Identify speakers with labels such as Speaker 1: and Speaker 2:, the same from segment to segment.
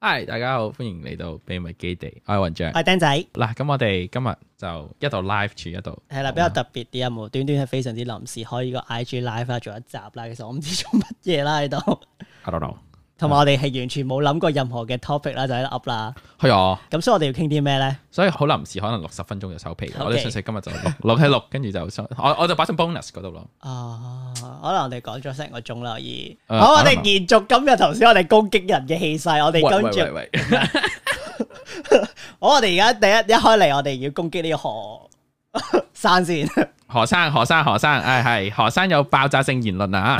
Speaker 1: 嗨，大家好，歡迎嚟到秘密基地，我係雲
Speaker 2: 我
Speaker 1: 章。
Speaker 2: 係釘仔，
Speaker 1: 嗱，咁我哋今日就一度 live 住一度，
Speaker 2: 係啦，比較特別啲啊，無端端係非常之臨時開呢個 IG live 啦，做一集啦，其實我唔知做乜嘢啦 喺度，
Speaker 1: I don't know。
Speaker 2: 同埋我哋係完全冇諗過任何嘅 topic 啦，就喺度 up 啦，
Speaker 1: 係啊，
Speaker 2: 咁所以我哋要傾啲咩咧？
Speaker 1: 所以好臨時，可能六十分鐘就收皮。
Speaker 2: OK
Speaker 1: 我哋純粹今日就錄錄係錄，跟住就收我我就擺上 bonus 嗰度咯。
Speaker 2: 啊，可能我哋講咗成個鐘啦，而
Speaker 1: 呃
Speaker 2: 好，我
Speaker 1: 可能
Speaker 2: 哋
Speaker 1: 啊
Speaker 2: 延續今日頭先我哋攻擊人嘅氣勢，我哋
Speaker 1: 喂
Speaker 2: 跟
Speaker 1: 喂
Speaker 2: 住
Speaker 1: 喂，喂，
Speaker 2: 好，我哋而家第一一開嚟，我哋要攻擊呢個何 山先，
Speaker 1: 何生何生何生，唉係何生有爆炸性言論啊，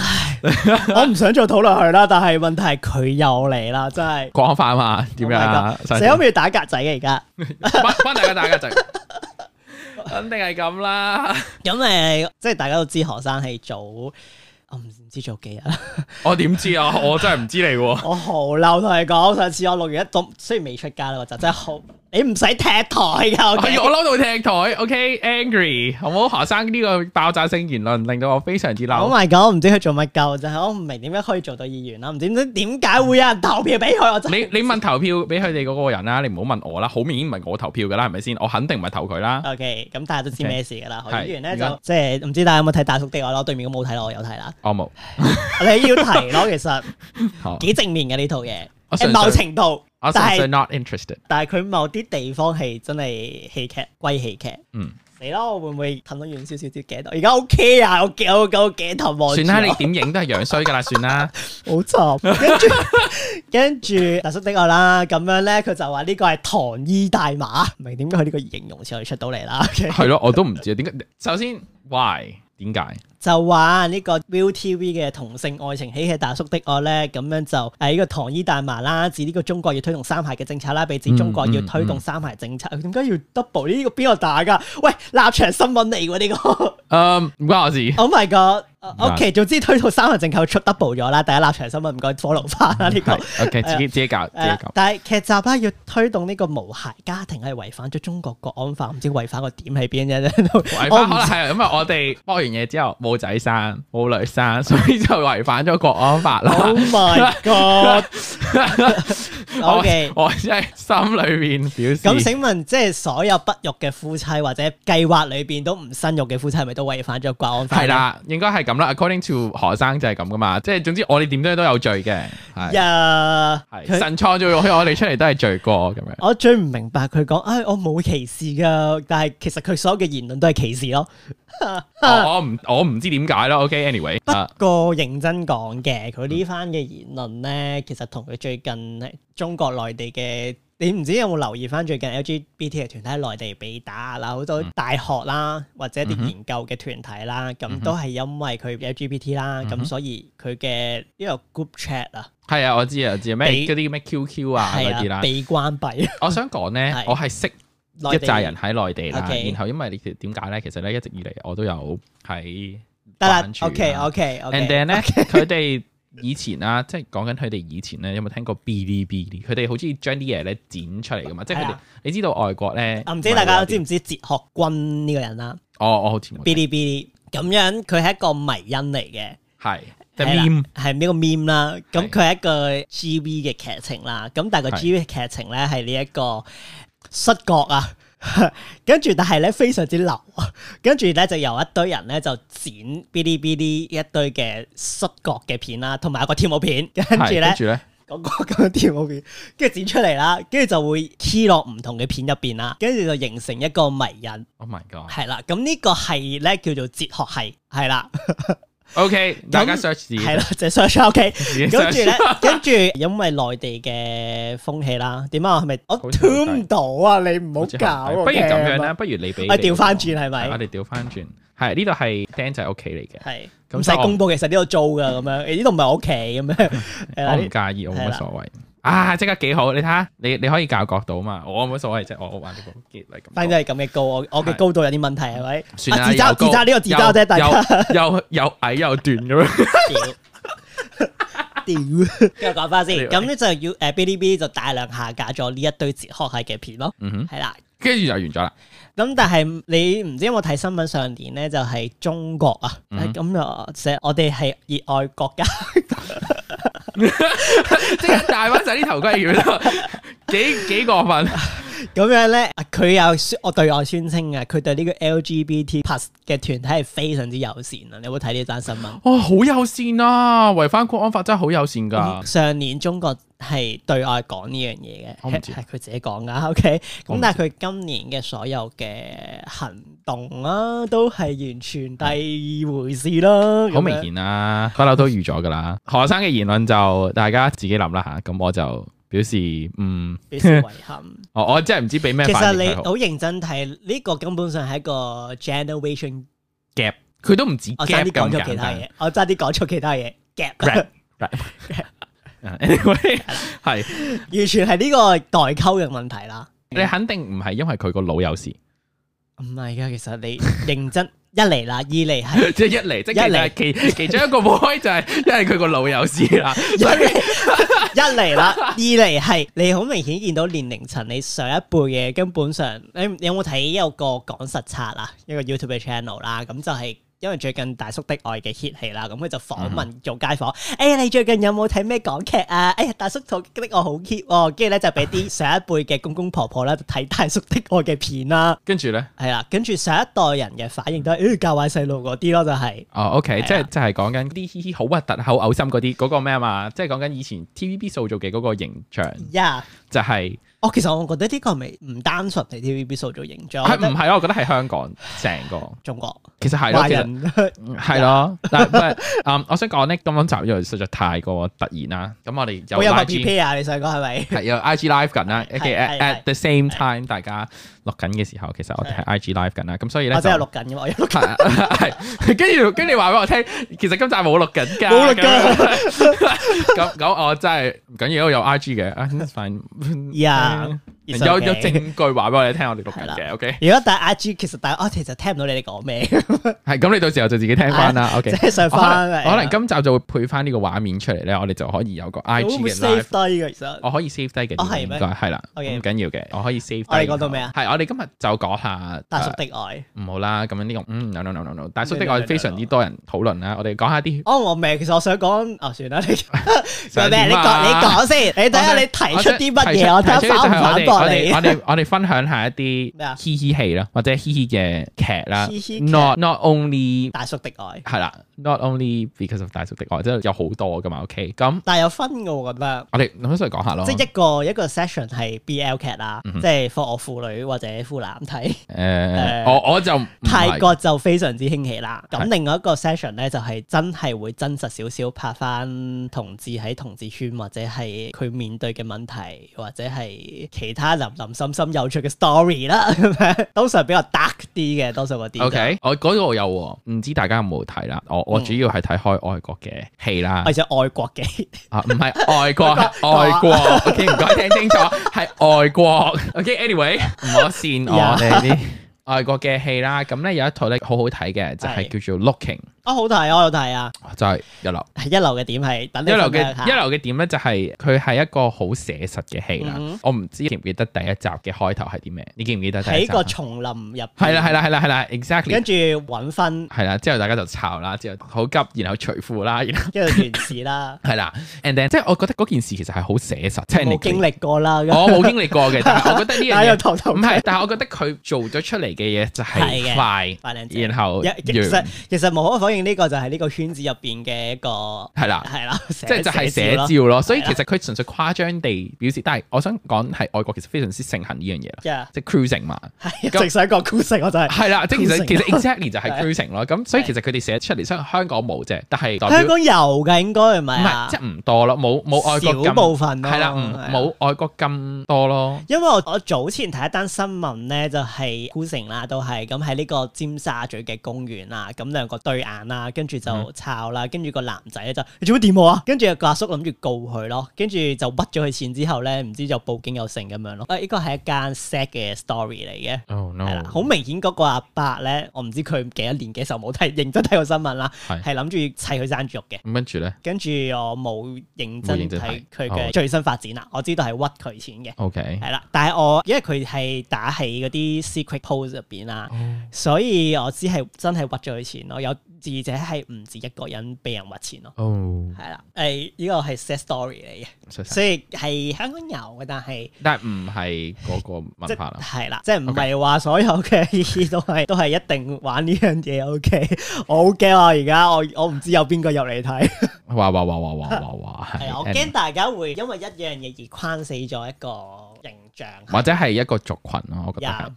Speaker 2: 我唔想再討論佢啦，但係問題係佢又嚟啦，真係
Speaker 1: 廣泛嘛點樣啊？
Speaker 2: 成日都要打格仔嘅而家。
Speaker 1: 幫幫大家打個陣，肯定係咁啦。
Speaker 2: 咁誒，即係大家都知何生係早，我唔知早幾日啦。
Speaker 1: 我點知啊？我真係唔知你喎。
Speaker 2: 我好嬲同你講，上次我錄完一棟，雖然未出街啦，我就真係好，你唔使踢台㗎。
Speaker 1: 哎
Speaker 2: OK？
Speaker 1: 呀我嬲到踢台，OK，angry，好唔好？學生呢個爆炸性言論令到我非常之
Speaker 2: Oh
Speaker 1: 嬲。
Speaker 2: my god！我唔知佢做乜鳩，就係我唔明點解可以做到議員啦，唔知點解會有人投票俾佢，我真
Speaker 1: 你你問投票俾佢哋嗰個人啦，你唔好問我啦，好明顯唔係我投票噶啦，係咪先？我肯定唔係投佢啦。
Speaker 2: OK，咁大家都知咩事㗎啦。何
Speaker 1: OK，
Speaker 2: 議員咧
Speaker 1: 係
Speaker 2: 就
Speaker 1: 而家
Speaker 2: 即係唔知大家有冇睇《大叔的愛》咯，對面都冇睇咯，我有睇啦。
Speaker 1: 我冇，
Speaker 2: 你要提咯，其實
Speaker 1: 好
Speaker 2: 幾正面嘅呢套嘢
Speaker 1: 我，純粹
Speaker 2: 某程度，
Speaker 1: 我純粹 not interested。
Speaker 2: 但係佢某啲地方係真係戲劇歸戲劇。
Speaker 1: 嗯，
Speaker 2: 死啦！我會唔會氹得遠少少啲鏡頭？而家 OK 啊，我我我我鏡頭望住
Speaker 1: 算啦，
Speaker 2: 我
Speaker 1: 你點影都係樣衰噶啦，算 啦。
Speaker 2: 好慘。跟住 跟住大叔的愛啦，咁樣咧佢就話呢個係糖衣大麻，唔明點解佢呢個形容詞可以出到嚟啦。OK
Speaker 1: 係咯，我都唔知點解。首先，why？點解？
Speaker 2: 就話呢個 ViuTV 嘅同性愛情喜劇《大叔的愛》咧，咁樣就誒呢個糖衣大麻啦，指呢個中國要推動三孩嘅政策啦，被指中
Speaker 1: 嗯
Speaker 2: 國要推動三孩政策，點解、要 double 呢個邊個打㗎？喂，立場新聞嚟喎呢個。
Speaker 1: 嗯，唔關我事。
Speaker 2: Oh my god！O
Speaker 1: 難
Speaker 2: K，總之推到三人正構出 double 咗啦，第一立場新聞唔該 follow 翻啦啊呢個。啊
Speaker 1: 係 OK，自己自己搞，自己
Speaker 2: 誒
Speaker 1: 搞，。
Speaker 2: 但係劇集啦，要推動呢個無孩家庭係違反咗中國國安法，唔知違反個點喺邊啫。
Speaker 1: 違
Speaker 2: 我
Speaker 1: 反
Speaker 2: 唔
Speaker 1: 可能係因為我哋播完嘢之後冇仔生冇女生，所以就違反咗國安法啦。
Speaker 2: Oh my god！O
Speaker 1: 我
Speaker 2: K，
Speaker 1: 我真係心裏面表示，
Speaker 2: 咁請問即係所有不育嘅夫妻或者計劃裏邊都唔生育嘅夫妻，係咪都違反咗國安法？
Speaker 1: 係。啦，應該係咁啦。According to 何生就係咁噶嘛，即係總之我哋點都都有罪嘅，係
Speaker 2: 呀，
Speaker 1: 係
Speaker 2: 佢
Speaker 1: 神創造咗我哋出嚟都係罪過 咁樣。
Speaker 2: 我最唔明白佢講，唉，我冇歧視噶，但係其實佢所有嘅言論都係歧視咯。
Speaker 1: 我我唔我唔知點解咯。OK，anyway，
Speaker 2: 不
Speaker 1: 啊嗯
Speaker 2: 過認真講嘅，佢呢番嘅言論咧，其實同佢最近喺中國內地嘅，你唔知有冇留意翻最近 LGBT 嘅團體喺內地被打啦，好
Speaker 1: 嗯
Speaker 2: 多大學啦或者一啲研究嘅團體啦，咁、都係因為佢 LGBT 啦，
Speaker 1: 嗯
Speaker 2: 咁、所以佢嘅呢個 group chat 啊，
Speaker 1: 係啊，我知啊，我知啊，咩
Speaker 2: 被
Speaker 1: 嗰啲咩 QQ 啊
Speaker 2: 係
Speaker 1: 嗰啲
Speaker 2: 啊
Speaker 1: 啦。
Speaker 2: 被關閉，
Speaker 1: 我想講咧
Speaker 2: 係，
Speaker 1: 我係識 一
Speaker 2: 內地
Speaker 1: 紮人喺內地啦，
Speaker 2: OK
Speaker 1: 然後因為你點解咧？其實咧一直以嚟我都有喺
Speaker 2: 得啦
Speaker 1: 關注啦
Speaker 2: ，OK OK
Speaker 1: And
Speaker 2: OK，
Speaker 1: then 咧，佢哋以前啦， 即係講緊佢哋以前咧，有冇聽過 Bilibili？佢哋好中意將啲嘢咧剪出嚟噶嘛，即係佢
Speaker 2: 係
Speaker 1: 哋
Speaker 2: 啊，
Speaker 1: 你知道外國咧，
Speaker 2: 我唔知大家知
Speaker 1: 唔係有啲？
Speaker 2: 唔知哲學君呢個人啦
Speaker 1: 哦，我好似冇聽。
Speaker 2: ，Bilibili 咁樣，佢係一個迷因嚟嘅。
Speaker 1: 係
Speaker 2: 係
Speaker 1: The
Speaker 2: 啦
Speaker 1: Meme
Speaker 2: 係呢個 meme 啦，咁
Speaker 1: 係
Speaker 2: 佢係一個 G.V. 嘅劇情啦，咁但係個
Speaker 1: 係
Speaker 2: G.V. 劇情咧係呢一個摔角啊， 跟住但係咧非常之流啊，跟住咧就有一堆人咧就剪哔哩哔哩一堆嘅摔角嘅片啦，同埋有個跳舞片， 跟
Speaker 1: 係
Speaker 2: 住咧
Speaker 1: 跟住咧，
Speaker 2: 嗰個咁樣跳舞片，跟住剪出嚟啦，跟住就會 key 落唔同嘅片入邊啦，跟住就形成一個迷因，
Speaker 1: Oh my God！
Speaker 2: 係啦，咁呢個係咧叫做哲學系，係啦，
Speaker 1: OK，大家 search 自己
Speaker 2: 係啦，就 search OK。
Speaker 1: 自己
Speaker 2: 跟住
Speaker 1: search。
Speaker 2: 咧，跟住因為內地嘅風氣啦，點啊？係咪我
Speaker 1: 好似好低
Speaker 2: tune 唔到啊？你唔好搞啊！
Speaker 1: 不如咁樣啦，
Speaker 2: Cam 啊，
Speaker 1: 不如你俾
Speaker 2: 我
Speaker 1: 你
Speaker 2: 調翻
Speaker 1: 嗰
Speaker 2: 轉
Speaker 1: 個
Speaker 2: 係咪
Speaker 1: 係我哋調翻轉，係呢度係釘仔屋企嚟嘅，
Speaker 2: 係
Speaker 1: 咁所
Speaker 2: 唔使
Speaker 1: 以我
Speaker 2: 公佈，其實呢度租噶咁樣，誒呢度唔係我屋企咁樣，係啦
Speaker 1: 我唔
Speaker 2: 呢
Speaker 1: 介意，我冇
Speaker 2: 係
Speaker 1: 乜
Speaker 2: 啦
Speaker 1: 所謂。啊，即刻幾好，你睇下，你你可以教角度啊嘛，我冇所謂啫，我我玩呢個 game 嚟咁。
Speaker 2: 反正係咁嘅高，我我嘅高度有啲問題係咪？
Speaker 1: 算啦，
Speaker 2: 啊自
Speaker 1: 又
Speaker 2: 嘲自
Speaker 1: 高
Speaker 2: 嘲呢個自嘲啫，
Speaker 1: 又
Speaker 2: 大 家
Speaker 1: 又又又矮又短咁樣。
Speaker 2: 屌。屌，跟 à, 住講翻先，咁咧就要誒 Bilibili 就大量下架咗呢一堆哲學系嘅片咯，
Speaker 1: 嗯哼，
Speaker 2: 係啦，
Speaker 1: 跟住就完咗啦。
Speaker 2: 咁但係你唔知有冇睇新聞上年咧，就係中國啊，
Speaker 1: 嗯
Speaker 2: 咁啊寫我哋係熱愛國家，
Speaker 1: 即係戴翻晒啲頭盔，原 來幾幾過分。
Speaker 2: 咁樣咧，佢有宣我對外宣稱啊，佢對呢個 LGBT plus 嘅團體係非常之友善啊！你有冇睇呢單新聞？
Speaker 1: 哇，好友善啊！違反國安法真係好友善㗎。
Speaker 2: 上年中國係對外講呢樣嘢嘅，
Speaker 1: 我唔知
Speaker 2: 係係佢自己講噶。OK，
Speaker 1: 我唔知
Speaker 2: 咁但係佢今年嘅所有嘅行動啦、都係完全第二回事啦。
Speaker 1: 好
Speaker 2: 咁樣
Speaker 1: 明顯啊啦，嗰樓都預咗㗎啦。何生嘅言論就大家自己諗啦吓，咁我就表示嗯，
Speaker 2: 表示遺憾。
Speaker 1: 我我真係唔知俾咩
Speaker 2: 其實
Speaker 1: 反應
Speaker 2: 你
Speaker 1: 佢好
Speaker 2: 好認真睇，呢、個根本上係一個 generation。
Speaker 1: gap，佢都唔止
Speaker 2: 我差
Speaker 1: gap
Speaker 2: 啲
Speaker 1: 咁
Speaker 2: 講錯
Speaker 1: 簡
Speaker 2: 其他
Speaker 1: 單
Speaker 2: 嘢。，我差啲講錯其他嘢。gap
Speaker 1: Rap anyway，係
Speaker 2: 完全係呢個代溝嘅問題啦。
Speaker 1: 你肯定唔係因為佢個腦有事，
Speaker 2: 唔係噶，其實你認真一嚟啦，二嚟 係
Speaker 1: 即係一嚟即
Speaker 2: 一嚟
Speaker 1: 係其其其中一個 point 就係因為佢個腦有事啦，
Speaker 2: 一嚟一嚟啦，二嚟係你好明顯見到年齡層，你上一輩嘅根本上，你你有冇睇有個講實測啊，一個 YouTube 嘅 channel 啦，咁就係、因為最近大叔的愛嘅 hit 戲啦，咁佢就訪問做街訪，誒、哎你最近有冇睇咩港劇啊？哎呀大叔的愛好 hit 喎，跟住咧就俾啲上一輩嘅公公婆婆啦睇大叔的愛嘅片啦。
Speaker 1: 跟住咧。
Speaker 2: 係啦，跟住上一代人嘅反應都係，誒、哎教壞細路嗰啲咯，就係、
Speaker 1: 哦
Speaker 2: 係
Speaker 1: ，OK，
Speaker 2: 啊
Speaker 1: 即係即係講緊啲嘻嘻好核突、好嘔心嗰啲，嗰個咩啊嘛？即係講緊以前 TVB 塑造嘅嗰個形象，
Speaker 2: 呀、
Speaker 1: 就係
Speaker 2: 我其實我覺得呢個係咪唔單純係 TVB 塑造形象，我
Speaker 1: 係
Speaker 2: 覺
Speaker 1: 唔
Speaker 2: 得
Speaker 1: 係咯？啊我覺得係香港成個，
Speaker 2: 中國
Speaker 1: 其實係咯，
Speaker 2: 華
Speaker 1: 其實
Speaker 2: 人
Speaker 1: 係咯。但係嗯，我想講咧，今晚集因為實在太過突然啦，咁我哋有
Speaker 2: 我有個
Speaker 1: IG
Speaker 2: PP 啊，你想講係咪？
Speaker 1: 係有 IG live 緊啦
Speaker 2: 係
Speaker 1: ，OK at
Speaker 2: 係
Speaker 1: at
Speaker 2: 係
Speaker 1: the same time 大家錄緊嘅時候，其實我哋係 IG live 緊啦，咁所以咧
Speaker 2: 我
Speaker 1: 就
Speaker 2: 真係錄緊嘅，我有錄
Speaker 1: 係係跟住跟住你話俾我聽，其實今集冇錄緊㗎，
Speaker 2: 冇錄㗎
Speaker 1: 咁樣。咁咁我真係唔緊要，有 IG 嘅啊，it's fine
Speaker 2: 呀，
Speaker 1: 有
Speaker 2: 二十
Speaker 1: 有
Speaker 2: 幾
Speaker 1: 證據話俾我哋聽，我哋錄
Speaker 2: 係
Speaker 1: 緊
Speaker 2: 啦
Speaker 1: 嘅，OK。
Speaker 2: 如果打 IG，其實打我其實聽唔到你哋講 咩，
Speaker 1: 係咁，你到時候就自己聽翻啦。OK，
Speaker 2: 即係啊上
Speaker 1: 我可
Speaker 2: 翻
Speaker 1: 能我可能今集就會配翻呢個畫面出嚟咧，我哋就可以有個 IG
Speaker 2: 會唔會
Speaker 1: 嘅
Speaker 2: save
Speaker 1: live。
Speaker 2: 低嘅其實？
Speaker 1: 我可以 save 低嘅，
Speaker 2: 哦係
Speaker 1: 應
Speaker 2: 咩
Speaker 1: 該係啦，唔
Speaker 2: OK
Speaker 1: 緊要嘅，我可以 save 低。
Speaker 2: 我哋講到咩啊？
Speaker 1: 係我哋今日就講下呃
Speaker 2: 大叔的愛，
Speaker 1: 唔好啦，咁樣呢個嗯 no no no no no，大叔的
Speaker 2: No, no, no,
Speaker 1: 愛
Speaker 2: no,
Speaker 1: 非常之多人討論啦，我哋講下啲
Speaker 2: 哦我明，其實我想講，哦算啦，你
Speaker 1: 想
Speaker 2: 咩？
Speaker 1: 點
Speaker 2: 你講你
Speaker 1: 啊
Speaker 2: 講先，你睇下你提出啲乜嘢，我睇下
Speaker 1: 提出就
Speaker 2: 反唔
Speaker 1: 係
Speaker 2: 反
Speaker 1: 我
Speaker 2: 駁
Speaker 1: 哋
Speaker 2: 你
Speaker 1: 我。哋我哋我哋分享下一
Speaker 2: 咩啊
Speaker 1: 啲嘻嘻戲啦，或者嘻嘻嘅劇啦
Speaker 2: 嘻嘻劇
Speaker 1: ，not not only
Speaker 2: 大叔的愛，
Speaker 1: 係啦，not only because of 大叔的愛，即係有好多噶嘛。OK，咁
Speaker 2: 但係有分嘅，我覺得。
Speaker 1: 我哋諗想講下咯，
Speaker 2: 即係一個一個 session 係 BL 劇啦，
Speaker 1: 哦嗯哼
Speaker 2: 即係 for 我婦女或者婦男睇。
Speaker 1: 誒
Speaker 2: 誒，
Speaker 1: 我我就唔係
Speaker 2: 泰國就非常之興起啦。咁
Speaker 1: 係
Speaker 2: 另外一個 session 咧就係真係會真實少少拍翻同志喺同志圈或者係佢面對嘅問題，或者係其他林林深深有趣嘅 story 啦。 咁樣通常比較 dark 啲嘅，多數嗰啲就。啊
Speaker 1: OK，我嗰個有喎，唔知大家有冇睇啦？我我
Speaker 2: 嗯
Speaker 1: 主要係睇開外國嘅戲啦
Speaker 2: 或，者愛國嘅，
Speaker 1: 啊唔係外國
Speaker 2: 外
Speaker 1: 係外國，OK 唔該聽清楚係外國，OK，anyway 唔好善 我哋啲外國嘅戲啦。咁咧有一套咧好好睇嘅，就係
Speaker 2: 係
Speaker 1: 叫做 Looking，
Speaker 2: 哦好睇啊，我有睇啊，
Speaker 1: 就係一流
Speaker 2: 一流嘅點係等
Speaker 1: 一
Speaker 2: 你
Speaker 1: 流
Speaker 2: 分享
Speaker 1: 嘅
Speaker 2: 下
Speaker 1: 一流嘅點咧，就係佢係一個好寫實嘅戲啦
Speaker 2: 嗯。
Speaker 1: 我唔知記唔記得第一集嘅開頭係啲咩？你記唔記得第一
Speaker 2: 喺
Speaker 1: 集
Speaker 2: 個
Speaker 1: 啊？
Speaker 2: 叢林入邊，
Speaker 1: 係啦係啦係啦係啦
Speaker 2: 跟
Speaker 1: ，exactly
Speaker 2: 住揾分，
Speaker 1: 係啦。之後大家就吵啦，之後好急，然後除褲啦，然後。
Speaker 2: 跟住斷事啦。
Speaker 1: 係啦，and then 即係我覺得嗰件事其實係好寫實，即係你
Speaker 2: 冇經歷過啦，咁
Speaker 1: 我冇經歷過嘅，但係我覺得呢
Speaker 2: 但係又
Speaker 1: 樣
Speaker 2: 頭頭
Speaker 1: 嘢唔係，但係我覺得佢做咗出嚟嘅嘢就
Speaker 2: 係
Speaker 1: 係
Speaker 2: 嘅
Speaker 1: 快，
Speaker 2: 快靚仔。
Speaker 1: 然後
Speaker 2: 一其實
Speaker 1: 完
Speaker 2: 其實無可否認，呢個就係呢個圈子入邊嘅一個
Speaker 1: 係啦。
Speaker 2: 係啦，即
Speaker 1: 即係就係寫照咯，所以其實佢純粹誇張地表示，但係我想講係外國其實非常之盛行呢樣嘢啦，
Speaker 2: 係
Speaker 1: 即係 cruising 嘛，
Speaker 2: 一直想講故事，我就係
Speaker 1: 係啦，即係其實
Speaker 2: cruising
Speaker 1: 其實 exactly 就係
Speaker 2: 係
Speaker 1: cruising 咯，咁所以其實佢哋寫出嚟，雖然香港冇啫，但係代表
Speaker 2: 香港有㗎，應該係
Speaker 1: 唔
Speaker 2: 咪啊
Speaker 1: 係即？係唔多咯，冇冇外國
Speaker 2: 少部
Speaker 1: 咁
Speaker 2: 分咯，
Speaker 1: 係啦，唔
Speaker 2: 係啊
Speaker 1: 冇外國咁多咯，
Speaker 2: 因為我我早前睇一單新聞咧，就係孤城啦，都係咁喺呢個尖沙咀嘅公園啦，咁兩個對眼啦，跟住就抄啦，跟住個男仔咧就你做乜掂我啊？跟住個阿叔諗住告佢咯，跟住就屈咗佢錢之後咧，唔知就報警又成咁樣咯。啊，呢個係一間 sad 嘅 story 嚟嘅。
Speaker 1: Oh
Speaker 2: 係啦，
Speaker 1: no！
Speaker 2: 好明顯嗰個阿伯咧，我唔知佢幾多年嘅時候冇睇認真睇過新聞啦，
Speaker 1: 係
Speaker 2: 係諗住砌佢生豬肉嘅。
Speaker 1: 咁跟住咧
Speaker 2: 跟住我冇認真
Speaker 1: 冇認真
Speaker 2: 睇
Speaker 1: 睇
Speaker 2: 佢
Speaker 1: 哦嗯
Speaker 2: 嘅最新發展啦，我知道係屈佢錢嘅，
Speaker 1: ，OK，
Speaker 2: 係啦。但係我因為佢係打喺嗰啲 secret post 入邊啦，所以我只係真係屈咗佢錢咯。有而且係唔止一個人俾人屈錢咯，
Speaker 1: 哦，
Speaker 2: 係啦。誒，呢個係 sad story 嚟嘅，
Speaker 1: 失手
Speaker 2: 所以係香港有嘅，但係。
Speaker 1: 但係唔係嗰個
Speaker 2: 即
Speaker 1: 文化啦。
Speaker 2: 係啦，即係唔係話所有嘅都係 都係一定玩呢樣嘢。O、k 我好驚啊！而家我我唔知有邊個入嚟睇。
Speaker 1: 哇哇哇哇 哇哇哇！
Speaker 2: 係啊，我
Speaker 1: 係
Speaker 2: 驚大家會因為一樣嘢而框死咗一個形象。
Speaker 1: 或者係一個族群咯，我覺得係
Speaker 2: Yeah，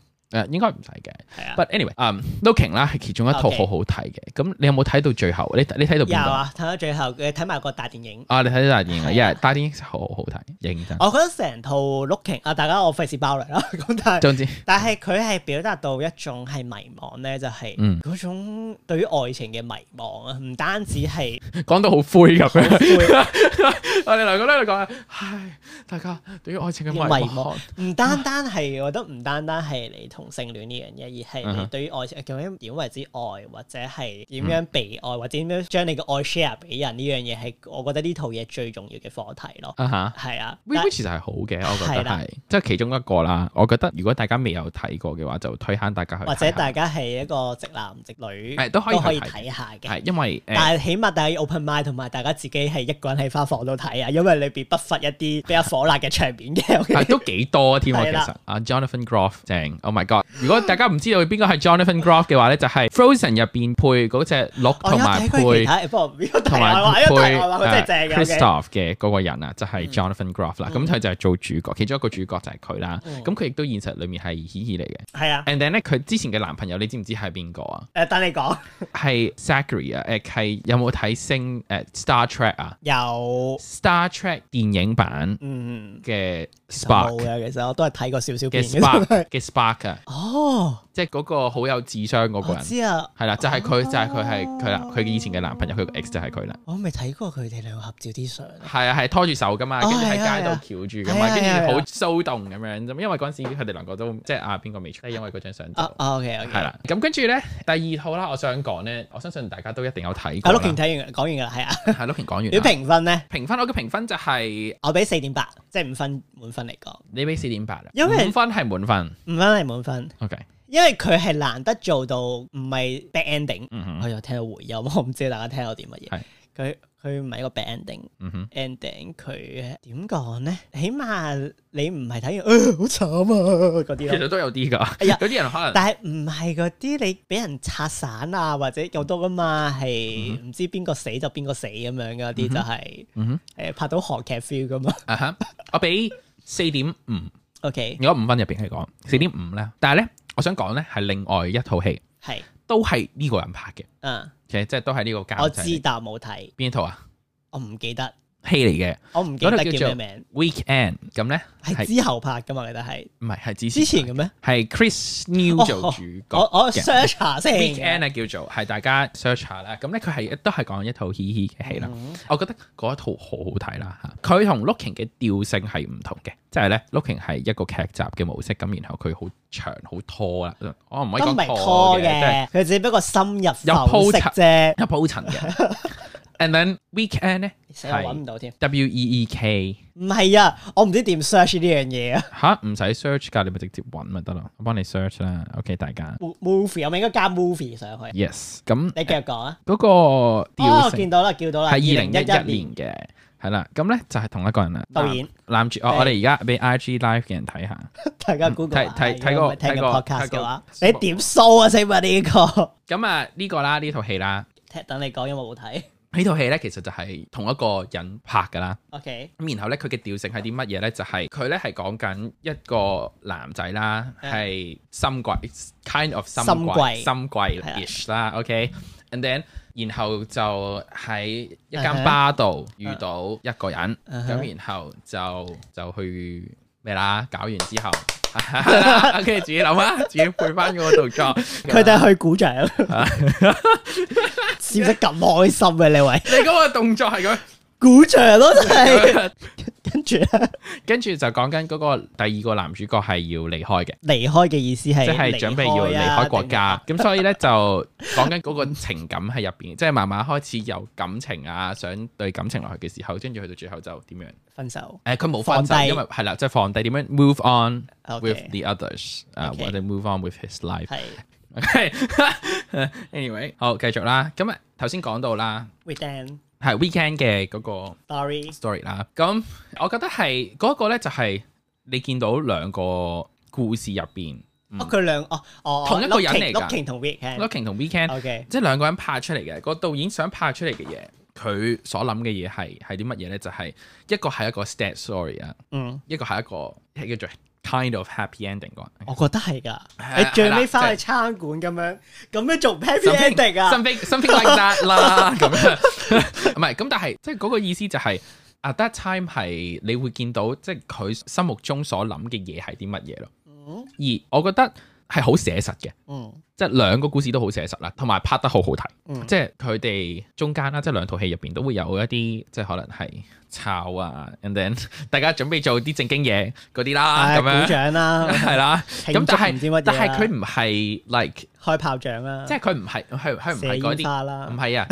Speaker 1: 誒應該唔使嘅。
Speaker 2: 係啊，
Speaker 1: But anyway，嗯，Looking 啦係其中一套
Speaker 2: Okay
Speaker 1: 好好睇嘅。咁你有冇睇到最後？你你睇到
Speaker 2: 有
Speaker 1: 邊度？
Speaker 2: 啊，睇到最後嘅睇埋個大電影。
Speaker 1: 啊，你睇到大電影
Speaker 2: 係
Speaker 1: 啊，
Speaker 2: 啊
Speaker 1: 因為大電影好好睇，認真。
Speaker 2: 我覺得成套 looking 啊，大家我費事爆雷啦。 咁但係
Speaker 1: 總之，
Speaker 2: 但係佢係表達到一種係迷茫咧，就係、
Speaker 1: 嗯
Speaker 2: 嗰種對於愛情嘅迷茫啊，唔單止 係
Speaker 1: 講到好灰咁
Speaker 2: 好
Speaker 1: 樣。
Speaker 2: 灰
Speaker 1: 我哋兩個都喺度講，唉，大家對於愛情嘅迷
Speaker 2: 迷
Speaker 1: 茫
Speaker 2: 茫，唔單單係，我覺得唔單單係你同性戀呢樣嘢，而
Speaker 1: 嗯
Speaker 2: 係你
Speaker 1: 哼
Speaker 2: 對於愛情究竟點為之愛，或者係點樣被愛，或者點樣將你嘅愛 share 俾人呢樣嘢，係我覺得呢套嘢最重要嘅課題咯。
Speaker 1: 啊嚇。
Speaker 2: 係啊，但
Speaker 1: which 其實係好嘅，我覺
Speaker 2: 係
Speaker 1: 得
Speaker 2: 啦
Speaker 1: 係，即係其中一個啦。我覺得如果大家未有睇過嘅話，就推坑大家去睇下。
Speaker 2: 或者大家係一個直男直女
Speaker 1: 係都可以去睇
Speaker 2: 睇下嘅。
Speaker 1: 係因為誒
Speaker 2: 但係起碼大家要 open mind 同埋大家自己係一個人喺花房度睇啊，因為裏邊不乏一啲比較火辣嘅場面嘅。OK？
Speaker 1: 啊但都幾多添喎，
Speaker 2: 係
Speaker 1: 其
Speaker 2: 啦
Speaker 1: 實啊，Jonathan Groff 正，Oh my God！如果大家唔知道邊個係 Jonathan Groff 嘅話咧，就係 Frozen 入邊配嗰只鹿
Speaker 2: 哦我有
Speaker 1: 同埋
Speaker 2: 睇過其
Speaker 1: 配
Speaker 2: 他，啊不過呢個題
Speaker 1: 同
Speaker 2: 外
Speaker 1: 埋
Speaker 2: 話，呢個題
Speaker 1: 配
Speaker 2: 外話佢真係正
Speaker 1: 誒
Speaker 2: 嘅。OK？嗯
Speaker 1: Kristoff 嘅嗰個人啊，就係 Jonathan Groff 啦。咁佢就係做主角，其中一個主角就係佢啦。
Speaker 2: 嗯
Speaker 1: 咁佢亦都現實裡面係嘻嘻嚟嘅。
Speaker 2: 係啊，
Speaker 1: And then 咧，佢之前嘅男朋友你知唔知係邊個 啊？
Speaker 2: 誒等你講。
Speaker 1: 係 Zachary 啊，誒係有冇睇星誒 Star Trek 啊
Speaker 2: 有，
Speaker 1: ？Star Trek 電影版
Speaker 2: 嗯，
Speaker 1: 嘅
Speaker 2: 冇
Speaker 1: Spark
Speaker 2: 嘅，其實我都係睇過少少
Speaker 1: 嘅
Speaker 2: 片嘅。
Speaker 1: Spark 嘅 Spark 啊，
Speaker 2: 哦，
Speaker 1: 即係嗰個好有智商嗰個
Speaker 2: 我
Speaker 1: 人，
Speaker 2: 知啊，
Speaker 1: 係啦，就係佢，
Speaker 2: 哦
Speaker 1: 就係佢係佢啦，佢以前嘅男朋友，佢個 ex 就係佢啦，
Speaker 2: 我未睇過佢哋兩個合照啲相啊。
Speaker 1: 係啊，係拖住手噶嘛，
Speaker 2: 哦
Speaker 1: 跟住喺
Speaker 2: 係啊
Speaker 1: 街
Speaker 2: 係啊
Speaker 1: 度翹住噶嘛
Speaker 2: 係，啊
Speaker 1: 跟
Speaker 2: 係啊
Speaker 1: 住
Speaker 2: 係
Speaker 1: 好
Speaker 2: 啊
Speaker 1: 騷動咁樣啫，因為嗰陣時佢哋兩個都即係啊邊個未出，因為嗰張相就
Speaker 2: 啊
Speaker 1: 係
Speaker 2: ，OK OK，
Speaker 1: 啦，咁跟住咧第二套啦，我想講咧，我相信大家都一定有睇過
Speaker 2: 阿
Speaker 1: 啦，
Speaker 2: Looking 睇完講完㗎啦，係啊。
Speaker 1: 係 Looking 講完
Speaker 2: 如果
Speaker 1: 啦，
Speaker 2: 評分咧，
Speaker 1: 評分我嘅評分就係
Speaker 2: 我俾四點八，即係五分滿分嚟講，
Speaker 1: 你俾四點八啦，
Speaker 2: 因為
Speaker 1: 五分係滿分
Speaker 2: 五分係滿分，
Speaker 1: ，OK，
Speaker 2: 因為佢係難得做到唔係 bad ending。
Speaker 1: 嗯
Speaker 2: 我
Speaker 1: 哼，
Speaker 2: 又聽到回音，我唔知大家聽到啲乜
Speaker 1: 係
Speaker 2: 嘢。佢佢唔係一個 bad ending。
Speaker 1: 嗯哼。
Speaker 2: ending 佢點講咧？起碼你唔係睇完，呃好慘啊嗰
Speaker 1: 其
Speaker 2: 啲咯。
Speaker 1: 實都有啲㗎，
Speaker 2: 哎呀
Speaker 1: 有啲人可能
Speaker 2: 但係唔係嗰啲你俾人拆散啊，或者有多噶嘛，係唔知邊個死就邊個死咁樣嗰啲就係
Speaker 1: 嗯哼
Speaker 2: 誒拍到韓劇 feel 噶嘛。
Speaker 1: 啊哈，我俾四點五，
Speaker 2: OK，
Speaker 1: 如果五分入邊嚟
Speaker 2: 嗯
Speaker 1: 講，四點五咧。但係咧，我想講咧係另外一套戲，
Speaker 2: 係
Speaker 1: 都係呢個人拍嘅，
Speaker 2: 嗯，
Speaker 1: 其實即係都係呢個監
Speaker 2: 我
Speaker 1: 製
Speaker 2: 知
Speaker 1: 嚟。
Speaker 2: 但我冇睇，
Speaker 1: 邊套啊？
Speaker 2: 我唔記得，
Speaker 1: 戲嚟嘅
Speaker 2: 我唔記得
Speaker 1: 嗰度叫做
Speaker 2: 叫咩名，
Speaker 1: Weekend，咁咧
Speaker 2: 係
Speaker 1: 係
Speaker 2: 之後拍噶嘛，記得係
Speaker 1: 唔係係之
Speaker 2: 之前
Speaker 1: 前
Speaker 2: 嘅咩？
Speaker 1: 係 Chris New
Speaker 2: 哦
Speaker 1: 做主
Speaker 2: 我
Speaker 1: 角。
Speaker 2: 我 search 下先。
Speaker 1: Weekend 啊叫做係大家 search 下啦，咁咧佢係都係講一套嘻嘻嘅戲啦。
Speaker 2: 嗯
Speaker 1: 我覺得嗰一套好好睇啦嚇，佢同 Looking 嘅調性係唔同嘅，即係咧 Looking 係一個劇集嘅模式，咁然後佢好長好拖啦，我唔可以
Speaker 2: 都唔係
Speaker 1: 講拖
Speaker 2: 拖
Speaker 1: 嘅，即係
Speaker 2: 嘅，佢只不過深入
Speaker 1: 有鋪
Speaker 2: 剖析
Speaker 1: 陳
Speaker 2: 啫，
Speaker 1: 有鋪陳嘅。And then weekend 咧
Speaker 2: 死我揾唔到添。
Speaker 1: W E E K
Speaker 2: 唔係啊，我唔知點 search 呢樣嘢啊。
Speaker 1: 吓，唔使 search 㗎，你咪直接揾咪得咯，我幫你 search 啦。OK，大家
Speaker 2: Mo- movie 我咪應該加 movie 上去。
Speaker 1: yes，咁
Speaker 2: 你繼續講啊。
Speaker 1: 嗰個
Speaker 2: 哦，
Speaker 1: 調
Speaker 2: 見
Speaker 1: 性
Speaker 2: 到啦，叫到
Speaker 1: 係
Speaker 2: 啦。
Speaker 1: 二零一一年
Speaker 2: 2011
Speaker 1: 嘅，係啦，咁咧就係同一個人啦，
Speaker 2: 導演，
Speaker 1: 攬住哦我，我哋而家俾 I G live 嘅人睇下。
Speaker 2: 大家 Google 下
Speaker 1: 睇睇睇
Speaker 2: 如果唔
Speaker 1: 過
Speaker 2: 係聽緊
Speaker 1: 睇過
Speaker 2: podcast
Speaker 1: 睇過
Speaker 2: 嘅話，
Speaker 1: 睇過
Speaker 2: 你點 show 啊？請問呢個？
Speaker 1: 咁啊，呢個啦，呢套戲啦，
Speaker 2: 聽等你講，因為我冇睇。
Speaker 1: 呢套戲咧其實就係同一個人拍噶啦。
Speaker 2: OK，
Speaker 1: 咁然後咧，佢嘅調性係啲乜嘢咧？就係佢咧係講緊一個男仔啦，
Speaker 2: 嗯
Speaker 1: 係深櫃 kind of 深
Speaker 2: 深
Speaker 1: 櫃
Speaker 2: 櫃
Speaker 1: 深櫃
Speaker 2: 係啊
Speaker 1: ish 啦，OK，and then 然後就喺一
Speaker 2: 嗯
Speaker 1: 間
Speaker 2: 哼
Speaker 1: 巴度遇
Speaker 2: 啊
Speaker 1: 到一個人，
Speaker 2: 嗯哼
Speaker 1: 咁然後就就去咩啦？搞完之後跟住自己諗啊，自己配翻嗰個動作。
Speaker 2: 佢哋去鼓掌， 笑得咁開心嘅呢位，
Speaker 1: 你嗰個動作係咁。
Speaker 2: 鼓掌咯，真 係。跟住咧，
Speaker 1: 跟住就講緊嗰個第二個男主角係要離開嘅，
Speaker 2: 離開嘅意思係
Speaker 1: 即係準備要離
Speaker 2: 啊
Speaker 1: 開國家。咁所以咧就講緊嗰個情感喺入邊，即係慢慢開始有感情啊，想對感情落去嘅時候，跟住去到最後就點樣？誒、
Speaker 2: 分手。
Speaker 1: 佢冇分手，
Speaker 2: 放低
Speaker 1: 因為係啦，即係放低點樣 move on with
Speaker 2: OK
Speaker 1: the others，啊
Speaker 2: OK
Speaker 1: 或者 move on with his life。
Speaker 2: 係
Speaker 1: anyway，好繼續啦。咁啊頭先講到啦，
Speaker 2: with them
Speaker 1: 係 weekend 嘅嗰個
Speaker 2: story
Speaker 1: story 啦。咁我覺得係嗰、個咧，就係你見到兩個故事入邊
Speaker 2: 哦，佢兩哦哦
Speaker 1: 同一個人嚟㗎
Speaker 2: Looking 同 Weekend。
Speaker 1: ，Looking 同 Weekend，
Speaker 2: OK，
Speaker 1: 即係兩個人拍出嚟嘅。個導演想拍出嚟嘅嘢，佢所諗嘅嘢係係啲乜嘢咧？就係、一個係一個 sad story 啊，
Speaker 2: 嗯，
Speaker 1: 一個係一個係叫做 kind of happy ending 嗰
Speaker 2: 我覺得係㗎。
Speaker 1: 係
Speaker 2: 你最尾
Speaker 1: 係啦
Speaker 2: 翻去餐館咁樣，咁樣做 happy
Speaker 1: something
Speaker 2: ending 啊？
Speaker 1: something something like that 啦，咁樣唔係咁，但係即係嗰個意思就係、at that time 係你會見到即係佢心目中所諗嘅嘢係啲乜嘢咯。
Speaker 2: 嗯
Speaker 1: 而我覺得係好寫實嘅，
Speaker 2: 嗯
Speaker 1: 即係兩個故事都好寫實啦，同埋拍得好好睇。
Speaker 2: 嗯
Speaker 1: 即係佢哋中間啦，即係兩套戲入邊都會有一啲即係可能係抄啊，and then 大家準備做啲正經嘢嗰啲啦，
Speaker 2: 唉
Speaker 1: 啊咁
Speaker 2: 鼓
Speaker 1: 樣
Speaker 2: 掌啦，
Speaker 1: 係啦。
Speaker 2: 慶
Speaker 1: 咁但
Speaker 2: 祝唔知乜嘢
Speaker 1: 係
Speaker 2: 啊啦
Speaker 1: 但係佢唔係 like
Speaker 2: 開炮仗啦，
Speaker 1: 即係佢唔係佢佢唔
Speaker 2: 射
Speaker 1: 係嗰
Speaker 2: 煙
Speaker 1: 啲。
Speaker 2: 花
Speaker 1: 唔
Speaker 2: 啦，
Speaker 1: 係 啊，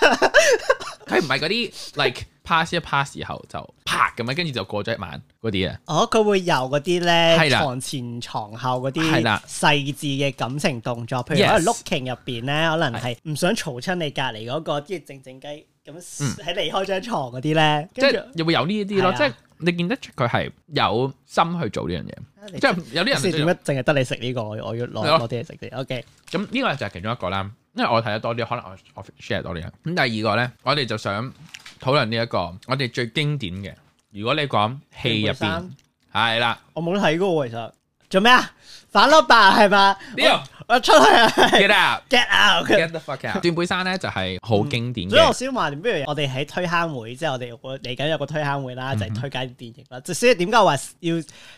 Speaker 1: 佢唔係嗰啲 like pass 一 pass 時候就啪咁樣，跟住就過咗一晚嗰啲啊。
Speaker 2: 哦，佢會由嗰
Speaker 1: 係
Speaker 2: 啲咧
Speaker 1: 啦
Speaker 2: 床前床後嗰
Speaker 1: 係
Speaker 2: 啲
Speaker 1: 啦
Speaker 2: 細緻嘅感情動作，譬如
Speaker 1: Yes
Speaker 2: 可能 looking 入邊咧，可能係唔想嘈親你隔離嗰個，即係靜靜雞咁喺離開張床嗰啲咧，
Speaker 1: 嗯即
Speaker 2: 跟住
Speaker 1: 係又會有呢啲咯，
Speaker 2: 係啊
Speaker 1: 即係你見得出佢係有心去做呢樣嘢，
Speaker 2: 啊你
Speaker 1: 即係有啲人
Speaker 2: 先
Speaker 1: 就
Speaker 2: 點解淨係得你食呢個？我我要攞
Speaker 1: 係咯
Speaker 2: 攞啲嘢食啲。OK，
Speaker 1: 咁呢個就係其中一個啦。因為我睇得多啲，可能我我 share 多啲啦。咁第二個咧，我哋就想討論呢一個我哋最經典嘅。如果你講戲入
Speaker 2: 梅山
Speaker 1: 邊係啦，
Speaker 2: 我冇睇過喎，其實做咩啊？反粒吧係嘛？
Speaker 1: 呢度
Speaker 2: 我出去啊
Speaker 1: get out
Speaker 2: ，get out！
Speaker 1: get the fuck out。斷背嗯山咧就係好經典
Speaker 2: 所以我
Speaker 1: 嘅，
Speaker 2: 先話，不如我哋喺推坑會，即係我哋我嚟緊有個推坑會啦，就係推介啲電影啦。即係所以點解話要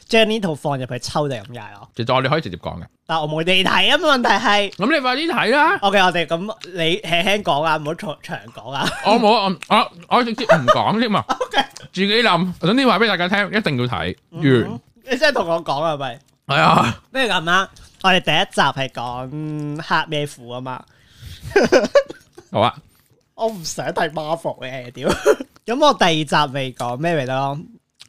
Speaker 2: 將呢套放入去抽就係咁解咯。
Speaker 1: 其實我哋可以直接講嘅。
Speaker 2: 但我冇地睇啊嘛，問題係
Speaker 1: 咁你快啲睇啦！
Speaker 2: ，OK，我哋咁你輕輕講啊，唔好長長講啊。
Speaker 1: 我冇，我我我直接唔講添 啊！自己諗，總之話俾大家聽，一定要睇完。
Speaker 2: 你真係同我講啊，係咪？
Speaker 1: 係啊，
Speaker 2: 不如咁啦，我哋第一集係講黑咩苦啊嘛。
Speaker 1: 好啊，
Speaker 2: 我唔想睇 Marvel 嘅，屌！ 咁我第二集未講咩嚟咯，